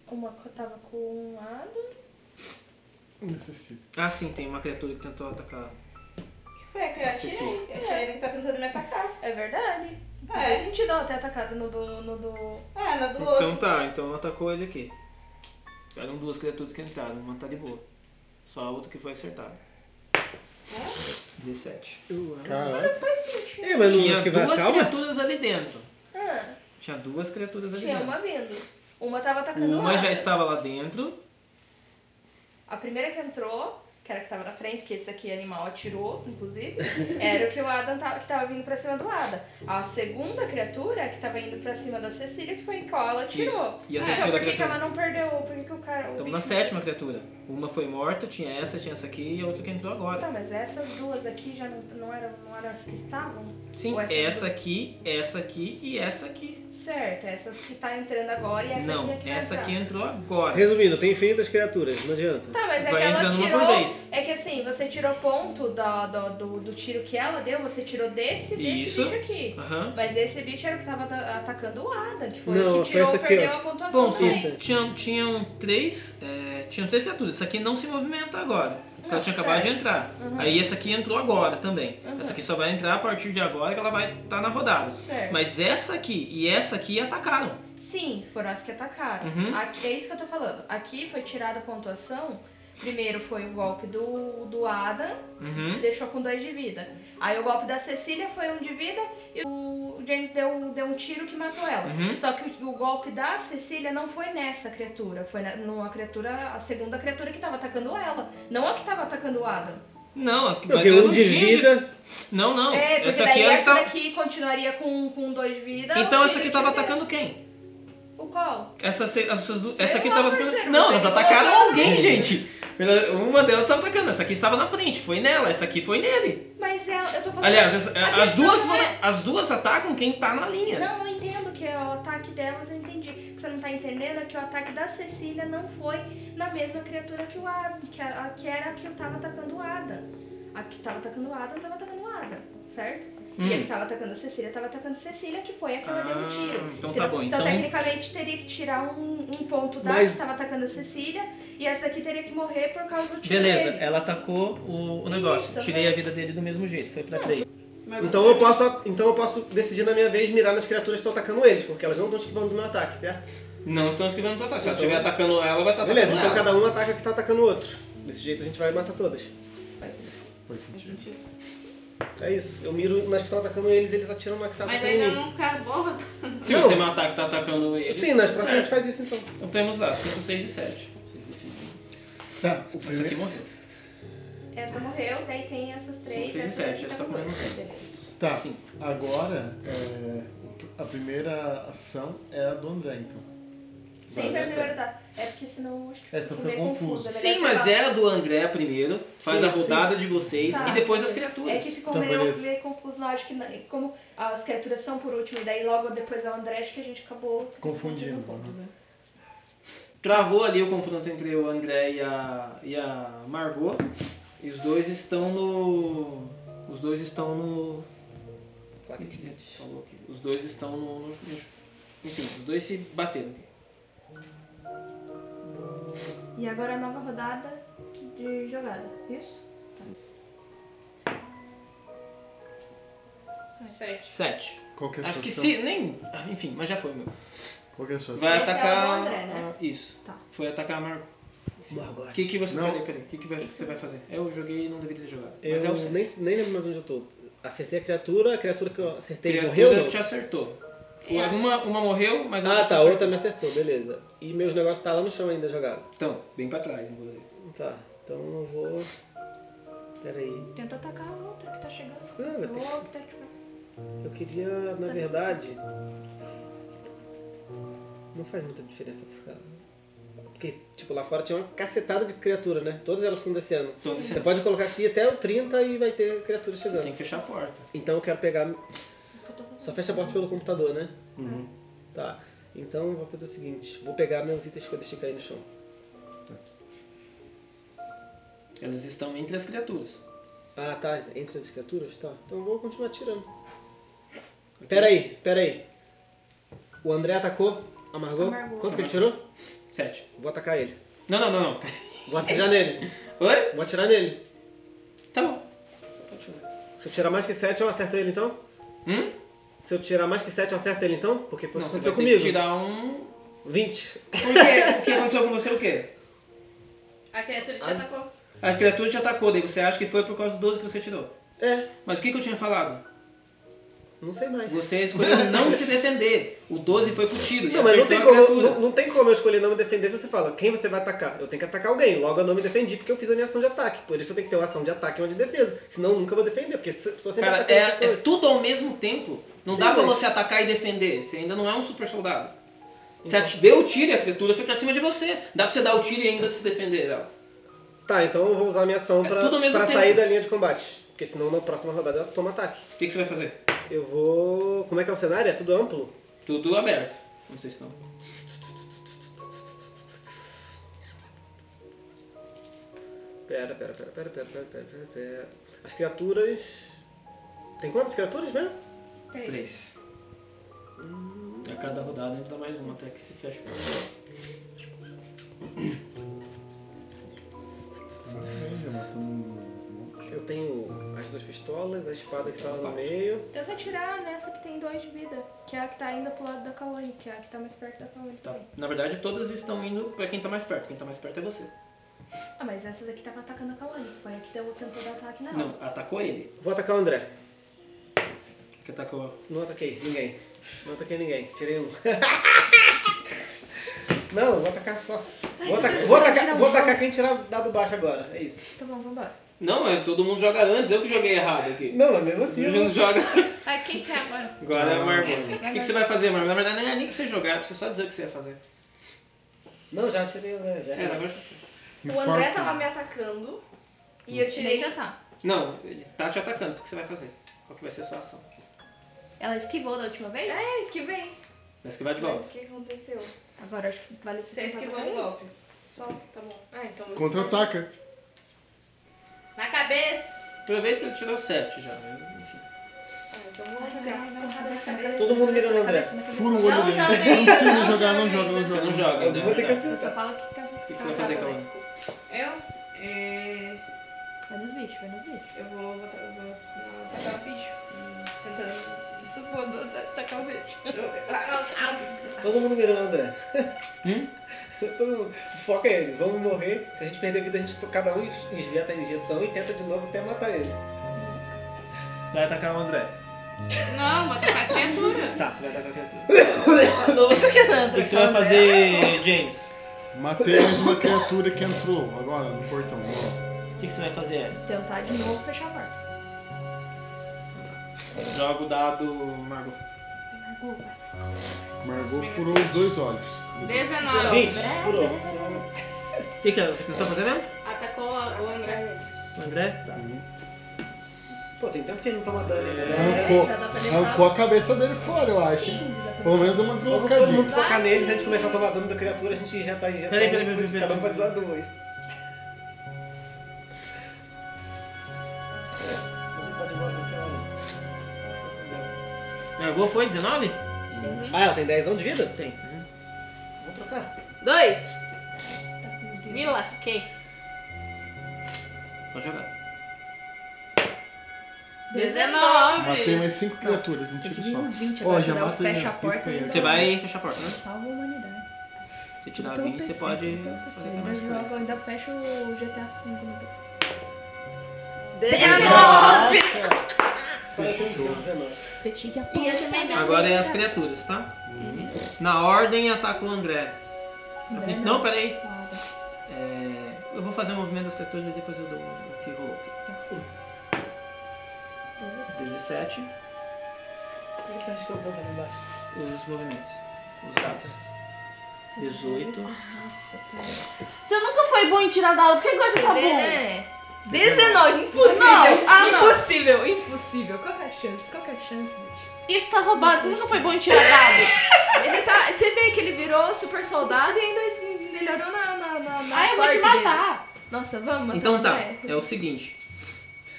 Speaker 5: Uma co- tava com um lado.
Speaker 2: necessito.
Speaker 4: Ah, sim, tem uma criatura que tentou atacar.
Speaker 13: Foi, que eu
Speaker 4: Sim,
Speaker 13: atirei. É ele que tá tentando me atacar.
Speaker 5: É verdade. Não
Speaker 13: É.
Speaker 5: faz sentido ela ter atacado no do. No do...
Speaker 13: Ah, na do outro.
Speaker 4: Então tá, então atacou ele aqui. Eram duas criaturas que entraram, uma tá de boa. Só a outra que foi acertada.
Speaker 5: É?
Speaker 4: 17.
Speaker 2: Caralho.
Speaker 7: É, mas não
Speaker 4: Tinha
Speaker 7: acho que vai.
Speaker 4: duas
Speaker 7: Calma.
Speaker 4: criaturas ali dentro.
Speaker 5: Ah,
Speaker 4: Tinha duas criaturas ali
Speaker 5: tinha
Speaker 4: dentro.
Speaker 5: uma vindo. Uma tava atacando
Speaker 4: Uma
Speaker 5: lá.
Speaker 4: já estava lá dentro.
Speaker 5: A primeira que entrou, que era a que tava na frente, que esse aqui animal atirou, inclusive, era o que o Adam tava, que tava vindo pra cima do Adam. A segunda criatura, que tava indo pra cima da Cecília, que foi em qual ela atirou.
Speaker 4: Isso. E a
Speaker 5: Ah,
Speaker 4: terceira
Speaker 5: então por que, que
Speaker 4: criatura?
Speaker 5: ela não perdeu? Por que, que o cara. o
Speaker 4: Estamos
Speaker 5: bicho-
Speaker 4: na sétima criatura. Uma foi morta, tinha essa, tinha essa aqui e a outra que entrou agora.
Speaker 5: Tá, mas essas duas aqui já não, não, eram, não eram as que estavam?
Speaker 4: Sim, é
Speaker 5: Ou essas
Speaker 4: essa aqui, essa aqui e essa aqui.
Speaker 5: Certo, essas que tá entrando agora e essa
Speaker 4: Não,
Speaker 5: aqui é que vai
Speaker 4: essa
Speaker 5: entrar.
Speaker 4: aqui entrou agora.
Speaker 7: Resumindo, tem infinitas criaturas, não adianta.
Speaker 5: Tá, mas é
Speaker 4: Vai
Speaker 5: que ela
Speaker 4: entrando uma
Speaker 5: tirou.
Speaker 4: por vez.
Speaker 5: É que assim, você tirou ponto da- do, do, do tiro que ela deu, você tirou desse, desse
Speaker 4: Isso.
Speaker 5: bicho aqui.
Speaker 4: Aham.
Speaker 5: Mas esse bicho era o que tava da- atacando o Adam, que foi
Speaker 7: Não,
Speaker 5: o que tirou
Speaker 7: foi
Speaker 5: ou
Speaker 7: esse
Speaker 5: perdeu
Speaker 7: aqui,
Speaker 5: a pontuação.
Speaker 4: Bom, sim,
Speaker 5: dele.
Speaker 7: Isso.
Speaker 4: tinham, tinham três. é, tinham três criaturas. Essa aqui não se movimenta agora. Porque ela
Speaker 5: Não,
Speaker 4: tinha acabado de
Speaker 5: certo.
Speaker 4: entrar.
Speaker 5: Uhum.
Speaker 4: Aí essa aqui entrou agora também. Essa aqui só vai entrar a partir de agora que ela vai estar na rodada.
Speaker 5: Certo.
Speaker 4: Mas essa aqui e essa aqui atacaram.
Speaker 5: Sim, foram as que atacaram.
Speaker 4: Uhum.
Speaker 5: Aqui, é isso que eu tô falando. Aqui foi tirada a pontuação. Primeiro foi o golpe do, do Adam,
Speaker 4: Uhum.
Speaker 5: deixou com dois de vida. Aí o golpe da Cecília foi um de vida e o James deu, um- deu um tiro que matou ela.
Speaker 4: Uhum.
Speaker 5: Só que o, o golpe da Cecília não foi nessa criatura, foi na, numa criatura, a segunda criatura que tava atacando ela, não a que tava atacando o Adam.
Speaker 4: Não, aqui-
Speaker 7: Não,
Speaker 4: mas
Speaker 7: tem
Speaker 4: eu
Speaker 7: um
Speaker 4: não
Speaker 7: de
Speaker 4: tinha de-
Speaker 7: vida.
Speaker 4: Não, não.
Speaker 5: É, porque
Speaker 4: essa aqui
Speaker 5: daí
Speaker 4: ela
Speaker 5: essa
Speaker 4: tá-
Speaker 5: daqui continuaria com, com dois de vida.
Speaker 4: Então
Speaker 5: o
Speaker 4: essa aqui
Speaker 5: tiro
Speaker 4: tava
Speaker 5: de vida.
Speaker 4: atacando quem?
Speaker 5: O qual?
Speaker 4: Essa, se- essas du-
Speaker 5: Sei
Speaker 4: essa aqui
Speaker 5: lá,
Speaker 4: tava
Speaker 5: é um parceiro,
Speaker 4: atacando. Não,
Speaker 5: você
Speaker 4: elas
Speaker 5: que
Speaker 4: atacaram
Speaker 5: colocou.
Speaker 4: alguém, gente. Ela- Uma delas tava atacando, essa aqui estava na frente, foi nela, essa aqui foi nele.
Speaker 5: Mas é, eu tô falando.
Speaker 4: Aliás, essa-
Speaker 5: A
Speaker 4: as
Speaker 5: questão
Speaker 4: duas
Speaker 5: não
Speaker 4: foram-
Speaker 5: é-
Speaker 4: as duas atacam quem tá na linha.
Speaker 5: Não, eu entendo que é o ataque delas, eu entendi. O que você não tá entendendo é que o ataque da Cecília não foi na mesma criatura que o Adam, que, a- que era a que eu tava atacando o Adam. A que tava atacando o Adam tava atacando o Adam, certo? E a que tava atacando a Cecília tava atacando a Cecília, que foi a que ela deu
Speaker 4: Hum. Ah,
Speaker 5: um tiro.
Speaker 4: então tá
Speaker 5: entendeu?
Speaker 4: bom,
Speaker 5: Então,
Speaker 4: então-
Speaker 5: tecnicamente teria que tirar um, um ponto da
Speaker 7: Mas-
Speaker 5: que tava atacando a Cecília e essa daqui teria que morrer por causa do tiro.
Speaker 4: Beleza, é.
Speaker 5: dele.
Speaker 4: ela atacou o, o negócio.
Speaker 5: Isso, né?
Speaker 4: Tirei a vida dele do mesmo jeito, foi pra três.
Speaker 7: Então eu posso, então eu posso decidir na minha vez mirar nas criaturas que estão atacando eles, porque elas não estão esquivando do meu ataque, certo?
Speaker 4: Não estão esquivando o ataque. Se ela estiver atacando ela, vai estar
Speaker 7: Beleza, então
Speaker 4: Tá atacando ela.
Speaker 7: cada um ataca que está atacando o outro. Desse jeito a gente vai matar todas.
Speaker 2: Faz sentido.
Speaker 7: É isso, eu miro nas que estão atacando eles eles atiram na que está
Speaker 3: Mas
Speaker 7: atacando
Speaker 3: ainda
Speaker 7: mim.
Speaker 3: não acabou.
Speaker 4: Se
Speaker 7: um- Não.
Speaker 4: você matar que tá atacando ele.
Speaker 7: Sim, nas próximas a gente
Speaker 4: certo.
Speaker 7: faz isso então.
Speaker 4: Então temos lá, 5, 6 e 7.
Speaker 2: Tá, o
Speaker 4: Essa aqui
Speaker 2: primeiro.
Speaker 4: morreu.
Speaker 5: Essa morreu, daí tem essas
Speaker 4: 5,
Speaker 5: três.
Speaker 4: 6 e
Speaker 5: essa
Speaker 4: 7,
Speaker 5: daqui
Speaker 4: essa
Speaker 5: tá
Speaker 4: tá
Speaker 5: com
Speaker 4: comendo
Speaker 5: dois.
Speaker 4: 100.
Speaker 2: Tá,
Speaker 4: Sim.
Speaker 2: agora é, o pr- a primeira ação é a do André, então.
Speaker 5: Sempre
Speaker 4: Vai,
Speaker 5: é
Speaker 4: vai,
Speaker 5: melhor dar. É porque senão acho que
Speaker 2: Essa
Speaker 5: fica
Speaker 2: foi
Speaker 5: meio
Speaker 2: confusa.
Speaker 5: confusa.
Speaker 4: Sim,
Speaker 5: melhor
Speaker 4: mas
Speaker 5: você
Speaker 4: é a do André primeiro, faz
Speaker 2: Sim,
Speaker 4: a rodada de vocês
Speaker 5: Tá,
Speaker 4: e depois as
Speaker 5: beleza.
Speaker 4: criaturas.
Speaker 5: É que ficou
Speaker 2: Tá,
Speaker 5: meio,
Speaker 2: beleza.
Speaker 5: meio confuso lá. Acho que na- como as criaturas são por último e daí logo depois é o André, acho que a gente acabou se
Speaker 2: Confundindo,
Speaker 5: um pouco.
Speaker 2: né?
Speaker 4: Travou ali o confronto entre o André e a, e a Margot. E os dois estão no. Os dois estão no. é. Falou aqui. Os dois estão no. no- Enfim, os dois se bateram.
Speaker 5: E agora é a nova rodada de jogada, isso?
Speaker 3: Sete.
Speaker 4: 7.
Speaker 2: Qual que é a
Speaker 4: Acho
Speaker 2: sua
Speaker 4: que
Speaker 2: ação?
Speaker 4: se. Nem. ah, Enfim, mas já foi meu.
Speaker 2: Qual que é a sua ação?
Speaker 4: Vai
Speaker 5: Esse é o
Speaker 4: atacar.
Speaker 5: do André, né?
Speaker 4: ah, Isso.
Speaker 5: Tá.
Speaker 4: Foi atacar a Margot.
Speaker 7: Margot.
Speaker 4: O que, que você.
Speaker 2: Não.
Speaker 4: Peraí, peraí. O que, que vai- você vai fazer? Eu joguei e não deveria ter jogado.
Speaker 7: Eu
Speaker 4: mas é o
Speaker 7: nem, nem lembro mais onde eu tô. Acertei a criatura, a criatura que eu acertei
Speaker 4: Criatura
Speaker 7: morreu não?
Speaker 4: te acertou.
Speaker 5: É.
Speaker 4: Uma, uma morreu, mas a
Speaker 7: Ah,
Speaker 4: outra te
Speaker 7: tá, a
Speaker 4: acertou.
Speaker 7: outra me acertou, beleza. E meus negócios tá lá no chão ainda jogado.
Speaker 4: Então, bem pra trás, inclusive.
Speaker 7: Tá, então eu vou. Peraí.
Speaker 5: Tenta atacar a outra que tá chegando.
Speaker 4: Ah,
Speaker 7: Não, vai ter que-
Speaker 5: Ou que tá tipo.
Speaker 7: Eu queria, na verdade. Não faz muita diferença ficar. Porque, tipo, lá fora tinha uma cacetada de criatura, né? Todas elas estão descendo.
Speaker 4: Então,
Speaker 7: Você pode colocar aqui até o 30 e vai ter criatura
Speaker 4: Você
Speaker 7: chegando.
Speaker 4: tem que fechar a porta.
Speaker 7: Então eu quero pegar. Só fecha a porta pelo computador, né? Tá. Então eu vou fazer o seguinte: vou pegar meus itens que eu deixei cair no chão.
Speaker 4: Elas estão entre as criaturas.
Speaker 7: Ah, tá. Entre as criaturas? Tá. Então eu vou continuar tirando. Peraí, peraí. O André atacou a Margot?
Speaker 5: Amargou.
Speaker 7: Quanto que ele tirou?
Speaker 4: Sete.
Speaker 7: Vou atacar ele.
Speaker 4: Não, não, não, não.
Speaker 7: Vou atirar nele.
Speaker 4: Oi?
Speaker 7: Vou atirar nele.
Speaker 4: Tá bom. Você pode fazer.
Speaker 7: Se eu tirar mais que 7, eu acerto ele então?
Speaker 4: Hum?
Speaker 7: Se eu tirar mais que 7, eu acerto ele então? Porque foi o
Speaker 4: Não,
Speaker 7: que
Speaker 4: você vai ter que
Speaker 7: aconteceu comigo.
Speaker 4: tirar um...
Speaker 7: 20.
Speaker 4: Por quê? O que aconteceu com você, o quê?
Speaker 9: A criatura te atacou.
Speaker 4: A criatura te atacou, daí você acha que foi por causa do 12 que você tirou.
Speaker 7: É,
Speaker 4: Mas o que, que eu tinha falado?
Speaker 7: não sei mais.
Speaker 4: Você escolheu não se defender. O 12 foi pro tiro e
Speaker 7: Não, mas não
Speaker 4: acertou
Speaker 7: tem,
Speaker 4: a
Speaker 7: como, eu-
Speaker 4: criatura.
Speaker 7: não, não tem como eu escolher não me defender se você fala quem você vai atacar. Eu tenho que atacar alguém. Logo eu não me defendi porque eu fiz a minha ação de ataque. Por isso eu tenho que ter uma ação de ataque e uma de defesa. Senão eu nunca vou defender, porque se- estou sempre
Speaker 4: Cara,
Speaker 7: atacando as
Speaker 4: é, é
Speaker 7: pessoas.
Speaker 4: tudo ao mesmo tempo. Não
Speaker 7: Sim,
Speaker 4: dá pra
Speaker 7: mas-
Speaker 4: você atacar e defender. Você ainda não é um super soldado. Você ati- deu o tiro e a criatura foi pra cima de você. Dá pra você dar o tiro e ainda se defender dela.
Speaker 7: Tá, então eu vou usar a minha ação
Speaker 4: É
Speaker 7: pra,
Speaker 4: tudo ao mesmo
Speaker 7: pra
Speaker 4: tempo.
Speaker 7: sair da linha de combate. Porque senão na próxima rodada eu tomo ataque.
Speaker 4: O que, que você vai fazer?
Speaker 7: Eu vou. Como é que é o cenário? É tudo amplo?
Speaker 4: Tudo, tudo aberto. Onde vocês estão?
Speaker 7: Pera, pera, pera, pera, pera, pera, pera, pera, pera. As criaturas. Tem quantas criaturas mesmo?
Speaker 4: Três. A cada rodada entra mais uma até que se feche.
Speaker 7: Eu tenho as duas pistolas, a espada que tá lá no meio.
Speaker 5: Tenta atirar nessa que tem dois de vida, que é a que tá ainda pro lado da Kaone, que é a que tá mais perto da Kaone
Speaker 4: Tá.
Speaker 5: também.
Speaker 4: Na verdade, todas estão indo pra quem tá mais perto. Quem tá mais perto é você.
Speaker 5: Ah, mas essa daqui tava atacando a Kaone, foi a que deu, tentou dar ataque na
Speaker 4: Não, atacou ele.
Speaker 7: Vou atacar o André.
Speaker 4: Que atacou.
Speaker 7: Não ataquei ninguém. Não ataquei ninguém. Tirei um. Não, vou atacar só. Vou atacar,
Speaker 5: Deus,
Speaker 7: vou
Speaker 5: vai
Speaker 7: atacar,
Speaker 5: tirar o
Speaker 7: vou
Speaker 5: jogo.
Speaker 7: atacar quem tirar um dado baixo agora. É isso.
Speaker 5: Tá bom, vambora.
Speaker 4: Não, é, todo mundo joga antes. Eu que joguei errado aqui.
Speaker 7: Não, mas mesmo assim.
Speaker 4: Todo
Speaker 7: eu
Speaker 4: mundo joga.
Speaker 9: Ai, quem que é agora?
Speaker 4: Agora é o Margot. O que, que você vai fazer, Margot? Na verdade, nem é nem pra você jogar, é pra você só dizer o que você ia fazer.
Speaker 7: Não, já tirei o André. Já.
Speaker 4: É, agora...
Speaker 9: O André tava me atacando e eu tirei.
Speaker 14: Ainda tá.
Speaker 4: Não, ele tá te atacando. O que que você vai fazer? Qual que vai ser a sua ação?
Speaker 14: Ela esquivou da última vez?
Speaker 9: É, esquivei.
Speaker 4: Vai esquivar de
Speaker 9: Mas
Speaker 4: volta.
Speaker 9: o que aconteceu?
Speaker 14: Agora acho que vale ser.
Speaker 3: Você
Speaker 13: um
Speaker 3: esquivou do golpe.
Speaker 9: Só, tá bom. Ah, então. você-
Speaker 2: Contra-ataca.
Speaker 3: Na cabeça.
Speaker 4: Aproveita que ele tirou 7 já. né? Enfim.
Speaker 9: Ah, então vamos fazer
Speaker 5: é.
Speaker 9: uma porrada na cabeça.
Speaker 7: Todo mundo mirando o André.
Speaker 2: Fura o olho
Speaker 3: Não
Speaker 2: dele. Não
Speaker 3: joguem.
Speaker 2: precisa jogar, não joga, não
Speaker 4: Você
Speaker 2: joga.
Speaker 4: não joga,
Speaker 7: Eu
Speaker 4: né?
Speaker 7: vou ter que
Speaker 14: Você
Speaker 4: Verdade.
Speaker 14: só
Speaker 7: acertar.
Speaker 14: fala que tá.
Speaker 4: O que, que você vai fazer, Calma?
Speaker 3: Eu? É...
Speaker 14: Vai nos bichos, vai nos bichos.
Speaker 3: Eu vou botar. Eu vou atacar o bicho. Tentando.
Speaker 14: Eu
Speaker 3: tá,
Speaker 14: vou tacar
Speaker 3: um
Speaker 14: o bicho.
Speaker 7: Todo mundo mirando o André.
Speaker 4: Hum?
Speaker 7: Todo mundo. Foca ele, vamos morrer. Se a gente perder vida, a gente cada um inventa a injeção e tenta de novo até matar ele.
Speaker 4: Vai atacar o André.
Speaker 3: Ah,
Speaker 15: Não, vou atacar a
Speaker 3: é
Speaker 15: criatura.
Speaker 4: Tá, você vai atacar a criatura.
Speaker 14: Não, não tô querendo.
Speaker 4: O que, que você vai fazer, James?
Speaker 2: Matei mais uma criatura que entrou agora no portão. ó.
Speaker 4: O que, que você vai fazer, Ellie?
Speaker 5: Tentar Então tá de novo fechar a porta.
Speaker 4: Joga o dado, Margot.
Speaker 5: Margot, vai.
Speaker 2: Margot furou os dois olhos.
Speaker 15: 19.
Speaker 7: 20, furou. furou.
Speaker 4: O que, que você tá fazendo mesmo?
Speaker 15: Atacou a- o André.
Speaker 4: O André? Tá.
Speaker 7: Pô, tem tempo que ele não toma dano ainda, né?
Speaker 2: Arrancou,
Speaker 14: Já dá pra levar-
Speaker 2: arrancou a cabeça dele fora, eu acho. Pelo menos deu uma
Speaker 7: Vamos todo mundo
Speaker 2: deslocadinha.
Speaker 7: focar nele, se a gente começar a tomar dano da criatura, a gente injeta a injeção.
Speaker 4: Peraí, peraí, peraí, peraí.
Speaker 7: Cada um pode usar duas.
Speaker 4: Margot foi 19?
Speaker 7: Ah, ela tem 10 anos de vida?
Speaker 4: Tem.
Speaker 7: Vamos trocar.
Speaker 3: Dois. Me lasquei.
Speaker 4: Pode jogar.
Speaker 3: 19.
Speaker 2: Ah, Matei mais cinco criaturas, um tiro
Speaker 5: um
Speaker 2: só.
Speaker 5: 20
Speaker 2: Ó,
Speaker 5: agora,
Speaker 2: já
Speaker 5: dá o
Speaker 2: mata
Speaker 5: fecha
Speaker 2: já,
Speaker 5: a porta
Speaker 2: pisca
Speaker 5: e
Speaker 2: aí.
Speaker 5: dá
Speaker 4: Você vai fechar a porta, né?
Speaker 5: Salva a humanidade.
Speaker 4: Se tirar
Speaker 5: Pelo
Speaker 4: 20, você
Speaker 5: PC,
Speaker 4: pode
Speaker 5: pelo PC.
Speaker 4: fazer até
Speaker 5: Ainda
Speaker 4: mais
Speaker 5: jogo,
Speaker 4: coisas.
Speaker 5: Ainda fecha o GTA V no PC.
Speaker 3: 19.
Speaker 7: Só eu tenho 19.
Speaker 5: Fechei a porta.
Speaker 4: Agora é as criaturas, tá? Na ordem, ataca o André. A
Speaker 5: André
Speaker 4: princ-
Speaker 5: não.
Speaker 4: Não, peraí.
Speaker 5: Ah, tá.
Speaker 4: É, eu vou fazer o movimento das criaturas e depois eu dou o que rolou aqui.
Speaker 5: Tá.
Speaker 4: 17,
Speaker 7: Por que que tá escutando ali embaixo?
Speaker 4: os movimentos, os dados. 18,
Speaker 3: Você nunca foi bom em tirar dado, por que agora você tá
Speaker 10: Vê,
Speaker 3: bom?
Speaker 10: né? 19, impossível!
Speaker 12: Não, ah, não.
Speaker 10: impossível, impossível. Qual que é a chance? Qual que é a chance, bicho?
Speaker 3: Isso tá roubado, você nunca foi bom em tirar dado.
Speaker 10: Ele tá. Você vê que ele virou super soldado e ainda melhorou na. na, na, na
Speaker 3: Ah, eu vou
Speaker 10: sorte
Speaker 3: te
Speaker 10: dele.
Speaker 3: matar.
Speaker 10: Nossa, vamos matar
Speaker 4: Então
Speaker 10: o
Speaker 4: tá,
Speaker 10: André?
Speaker 4: é o seguinte.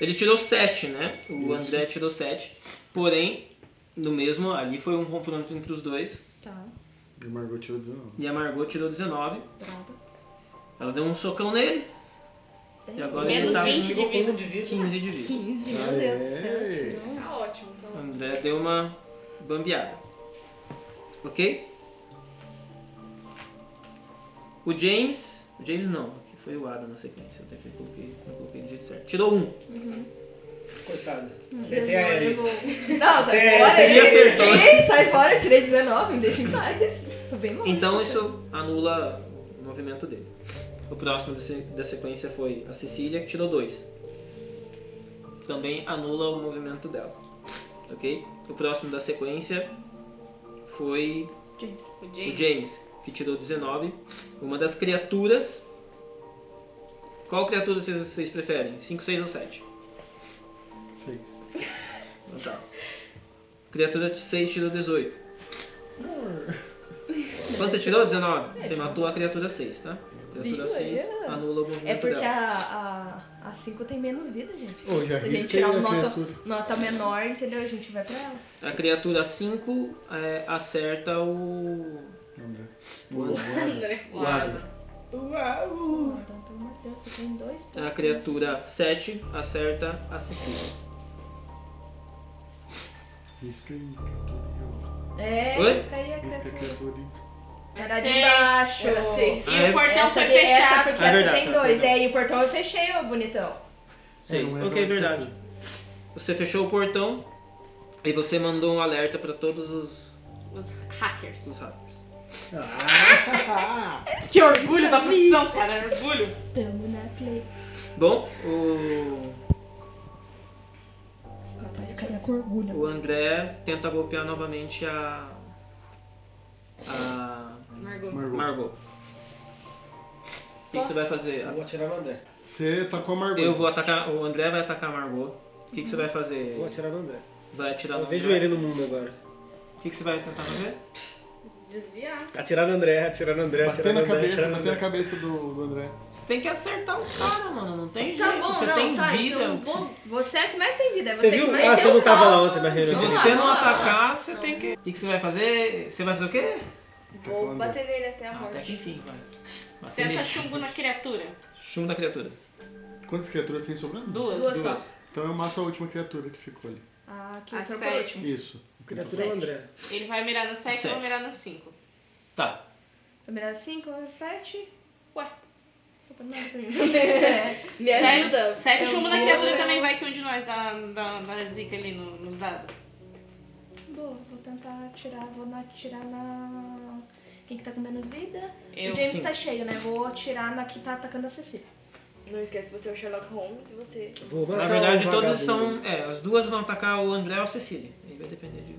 Speaker 4: Ele tirou 7, né? O André tirou 7. Porém, no mesmo, ali foi um confronto entre os dois.
Speaker 5: Tá,
Speaker 2: E o Margot tirou 19.
Speaker 4: E a Margot tirou 19.
Speaker 5: brava.
Speaker 4: Ela deu um socão nele. E agora ele
Speaker 3: Menos
Speaker 4: tá
Speaker 3: 20 de
Speaker 7: Chegou com
Speaker 3: vida.
Speaker 7: um de vida.
Speaker 4: 15 de vida.
Speaker 5: 15, meu Deus do céu. um.
Speaker 2: Aê.
Speaker 5: tirou.
Speaker 9: Tá ótimo, então.
Speaker 4: O André deu uma bambeada. Ok? O James. O James não, que foi o Adam na sequência. Eu até fui- coloquei, não coloquei do jeito certo. Tirou 1.
Speaker 7: Coitado. Você tem a Ellie.
Speaker 10: Não, sai
Speaker 7: É,
Speaker 10: fora!
Speaker 4: você acertou.
Speaker 10: Ei, sai fora, eu tirei 19, me deixa em paz. Tô bem mal.
Speaker 4: Então isso anula o movimento dele. O próximo da se- da sequência foi a Cecília, que tirou 2. Também anula o movimento dela. Ok? O próximo da sequência foi
Speaker 5: James.
Speaker 3: O
Speaker 4: o
Speaker 3: James.
Speaker 4: James, que tirou 19. Uma das criaturas. Qual criatura vocês, vocês preferem? 5, 6 ou 7?
Speaker 2: 6.
Speaker 4: Então tá. Criatura 6 tirou 18. Quando você tirou 19, você matou a criatura 6, tá? Criatura
Speaker 10: Viu aí?
Speaker 4: 6 anula o movimento
Speaker 5: É porque
Speaker 4: dela.
Speaker 5: a, a, a 5 tem menos vida, gente.
Speaker 2: Ô, já
Speaker 5: Se a gente
Speaker 2: risquei
Speaker 5: tirar
Speaker 2: a
Speaker 5: uma nota,
Speaker 2: criatura.
Speaker 5: nota menor, entendeu? A gente vai pra ela.
Speaker 4: A criatura 5 é, acerta o.
Speaker 2: André.
Speaker 4: o André.
Speaker 9: André.
Speaker 4: O Adam.
Speaker 5: Então, pelo amor de Deus, só tem dois. pô.
Speaker 4: É A criatura 7 acerta a Cecília.
Speaker 2: Risquei a criatura.
Speaker 5: É,
Speaker 4: Oi?
Speaker 5: essa aí é a
Speaker 2: Risquei a
Speaker 5: criatura.
Speaker 2: criatura.
Speaker 5: Era de
Speaker 3: Seis.
Speaker 5: baixo.
Speaker 9: Era seis.
Speaker 3: E o portão
Speaker 5: Essa
Speaker 3: foi
Speaker 5: de- Essa,
Speaker 3: fechado.
Speaker 5: porque
Speaker 4: Ah, é
Speaker 5: essa
Speaker 4: verdade,
Speaker 5: tem
Speaker 4: tá,
Speaker 5: dois.
Speaker 4: tá, tá.
Speaker 5: É, e o portão eu fechei, ô bonitão.
Speaker 4: 6.
Speaker 2: não é
Speaker 4: ok,
Speaker 2: pra
Speaker 4: verdade.
Speaker 2: criatura.
Speaker 4: Você fechou o portão e você mandou um alerta pra todos os,
Speaker 3: Os hackers.
Speaker 4: os hackers.
Speaker 3: Que orgulho da profissão, cara. Orgulho.
Speaker 5: Tamo na play.
Speaker 4: Bom, o.
Speaker 5: Vai ficar com orgulho.
Speaker 4: O André tenta golpear novamente a. A.
Speaker 3: Margot.
Speaker 2: Margot.
Speaker 4: Margot. O que, que você vai fazer?
Speaker 7: Eu vou atirar no André.
Speaker 2: Você atacou a Margot.
Speaker 4: Eu vou atacar. O André vai atacar a Margot. O que, que você vai fazer?
Speaker 7: Vou atirar no André.
Speaker 4: Vai atirar
Speaker 7: Eu
Speaker 4: no
Speaker 7: vejo
Speaker 4: André?
Speaker 7: ele no mundo agora.
Speaker 4: O que, que você vai tentar fazer?
Speaker 9: Desviar.
Speaker 7: Atirar no André, atirar no André,
Speaker 2: Bater
Speaker 7: atirar no
Speaker 2: na
Speaker 7: André,
Speaker 2: cabeça,
Speaker 7: atirar no
Speaker 2: bater na
Speaker 7: né, André.
Speaker 2: cabeça do, do André.
Speaker 4: Você tem que acertar o cara, mano. Não tem
Speaker 10: Tá
Speaker 4: jeito.
Speaker 10: bom,
Speaker 4: você
Speaker 10: não,
Speaker 4: tem
Speaker 10: tá,
Speaker 4: vida.
Speaker 10: então vou- você é que mais tem vida, é
Speaker 7: Você
Speaker 10: você,
Speaker 7: viu?
Speaker 10: que mais
Speaker 7: Ah,
Speaker 10: tem
Speaker 7: você não tava
Speaker 10: pau.
Speaker 7: lá ontem na
Speaker 4: Se
Speaker 7: reunião.
Speaker 10: Vamos lá,
Speaker 4: você não
Speaker 10: vamos lá.
Speaker 4: atacar, você tem que. O que, que você vai fazer? Você vai fazer o quê?
Speaker 9: Vou bater nele até a
Speaker 4: Ah, até que
Speaker 9: morte.
Speaker 4: enfim, vai. Bate
Speaker 3: Senta
Speaker 4: nele.
Speaker 3: tá chumbo é na criatura.
Speaker 4: Chumbo da criatura.
Speaker 2: Quantas criaturas tem sobrando?
Speaker 3: Duas.
Speaker 10: Duas. só.
Speaker 2: Então eu mato a última criatura que ficou ali.
Speaker 5: Ah, que
Speaker 3: A
Speaker 5: outra
Speaker 3: sete.
Speaker 5: boa.
Speaker 2: Isso.
Speaker 4: Tá
Speaker 7: Criatura é o André.
Speaker 3: Ele vai mirar no 7 e eu vou
Speaker 4: Sete.
Speaker 3: mirar no 5.
Speaker 4: Tá.
Speaker 5: Primeira 5, 7. Ué. Super nada pra mim.
Speaker 9: Me ajuda.
Speaker 3: Sete
Speaker 9: Eu
Speaker 3: chumbo na
Speaker 9: vou-
Speaker 3: criatura também vai que um de nós dá, dá, dá zica ali no- nos dados.
Speaker 5: Boa, vou tentar tirar, vou na, tirar na. Quem que tá com menos vida?
Speaker 3: Eu.
Speaker 5: o James
Speaker 4: sim.
Speaker 5: tá cheio, né? Vou tirar na que tá atacando a Cecília.
Speaker 9: Não esquece que você é o Sherlock Holmes e você.
Speaker 7: Vou matar
Speaker 4: Na verdade,
Speaker 7: o
Speaker 4: todas
Speaker 7: vagabundo.
Speaker 4: estão. É, as duas vão atacar o André ou a Cecília. Aí vai depender de.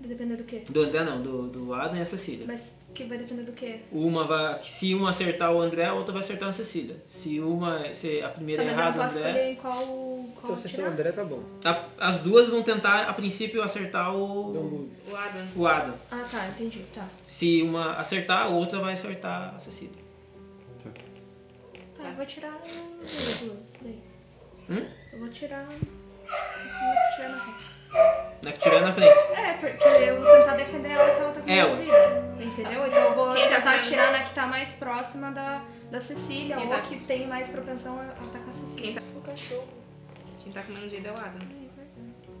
Speaker 5: Dependendo do quê?
Speaker 4: Do André não, do, do Adam e a Cecília.
Speaker 5: Mas que vai depender do quê?
Speaker 4: Uma vai. Se uma acertar o André, a outra vai acertar a Cecília. Se uma. Se a primeira
Speaker 5: Tá, mas eu
Speaker 4: errar
Speaker 5: não
Speaker 4: do
Speaker 5: posso
Speaker 4: André.
Speaker 5: escolher em qual,
Speaker 7: Se
Speaker 5: qual
Speaker 7: você tem o
Speaker 5: tirar.
Speaker 7: André, tá bom.
Speaker 4: a- as duas vão tentar, a princípio, acertar
Speaker 7: Não
Speaker 4: o.
Speaker 7: move.
Speaker 3: O Adam.
Speaker 4: O Adam.
Speaker 5: Ah, tá, entendi. Tá.
Speaker 4: Se uma acertar, a outra vai acertar a Cecília.
Speaker 5: Tá, eu vou tirar duas daí.
Speaker 4: Hum?
Speaker 5: Eu vou tirar. eu Vou tirar na reta.
Speaker 4: Na que tiver na frente.
Speaker 5: É, porque eu vou tentar defender ela que ela tá com
Speaker 4: Ela.
Speaker 5: mais vida. Entendeu? Então eu vou
Speaker 9: Quem tá
Speaker 5: tentar
Speaker 9: com
Speaker 5: atirar na que tá mais próxima da, da Cecília,
Speaker 9: Quem
Speaker 5: ou
Speaker 9: tá-
Speaker 5: que tem mais propensão a atacar a Cecília.
Speaker 3: Quem tá-
Speaker 9: O cachorro.
Speaker 3: Quem tá comendo jeito é o Adam.
Speaker 9: tá?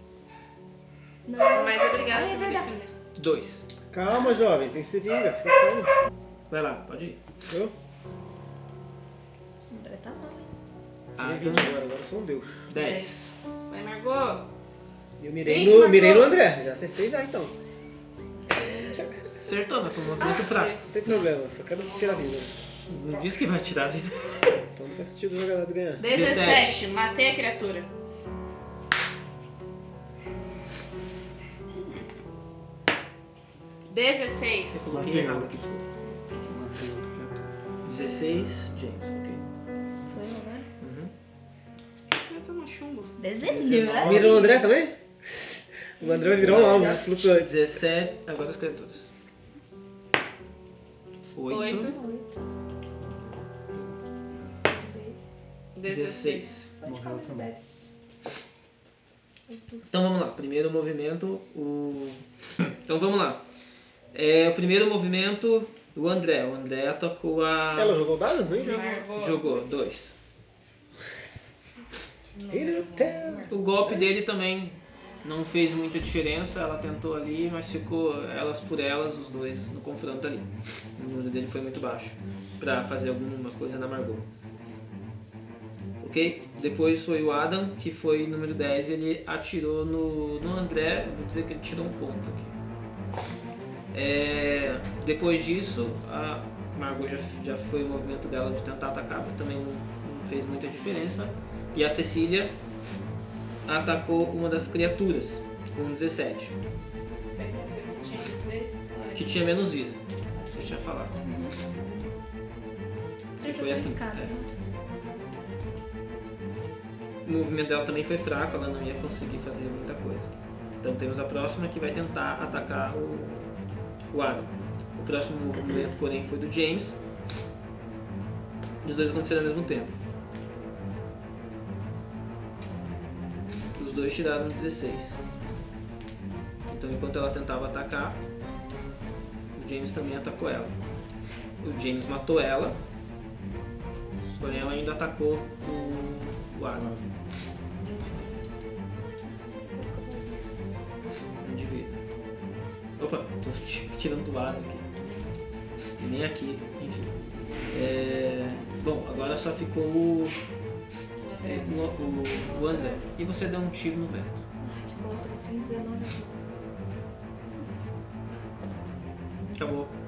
Speaker 5: Não.
Speaker 3: Mas obrigada
Speaker 5: Ah, é
Speaker 3: por me
Speaker 5: verdade.
Speaker 3: defender.
Speaker 4: Dois.
Speaker 7: Calma, jovem, tem seringa, fica calma.
Speaker 4: Vai lá, pode ir.
Speaker 7: Eu?
Speaker 5: André tá mal, hein?
Speaker 4: Ah, então,
Speaker 7: Tirei 20 agora, agora eu sou um deus.
Speaker 4: Dez.
Speaker 3: Vai, Margot.
Speaker 7: Eu mirei
Speaker 3: Ixi,
Speaker 7: no,
Speaker 3: matou.
Speaker 7: mirei no André, já acertei já então. Não
Speaker 4: Acertou, mas foi um movimento fraco.
Speaker 7: tem problema, só quero tirar a vida.
Speaker 4: Não disse que vai tirar a vida.
Speaker 7: Então não faz sentido o jogador ganhar.
Speaker 3: 17. Matei a criatura. Dezesseis.
Speaker 4: Eu coloquei errado aqui, desculpa. Matei outra criatura. 16, James, ok.
Speaker 5: Sou eu, né?
Speaker 3: Eu tomo tá chumbo.
Speaker 5: Desenho, né?
Speaker 7: Mirou o André também? O André virou um alvo flutuante.
Speaker 4: 17, agora as criaturas. 8,
Speaker 3: Oito. Dezesseis.
Speaker 4: 16.
Speaker 2: Morreu também.
Speaker 4: Então vamos lá, primeiro movimento, o. Então vamos lá. É, o primeiro movimento, o André. O André atacou a.
Speaker 7: Ela jogou né? dado? Não jogou.
Speaker 3: Margot.
Speaker 4: Jogou, dois.
Speaker 7: Ele não tem.
Speaker 4: O golpe dele também não fez muita diferença, ela tentou ali, mas ficou elas por elas, os dois, no confronto ali. O número dele foi muito baixo pra fazer alguma coisa na Margot. Ok? Depois foi o Adam, que foi número 10, ele atirou no, no André, vou dizer que ele tirou um ponto aqui. É, depois disso, a Margot já, já foi o movimento dela de tentar atacar, mas também não, não fez muita diferença. E a Cecília atacou uma das criaturas com 17, que tinha menos vida. Você tinha falado.
Speaker 5: Teve
Speaker 4: Foi
Speaker 5: dois
Speaker 4: assim,
Speaker 5: Uhum. caras,
Speaker 4: é.
Speaker 5: né?
Speaker 4: O movimento dela também foi fraco, ela não ia conseguir fazer muita coisa. Então temos a próxima que vai tentar atacar o, o Adam. O próximo movimento, porém, foi do James. Os dois aconteceram ao mesmo tempo. Os dois tiraram 16. Então enquanto ela tentava atacar, o James também atacou ela. O James matou ela, porém ela ainda atacou o, o Adam. Um de vida. Opa, tô t- tirando do lado aqui. E nem aqui, enfim. É, Bom, agora só ficou o, é, o, o- o André. E você deu um tiro no vento.
Speaker 5: Ai, que bosta, eu 119
Speaker 4: Acabou.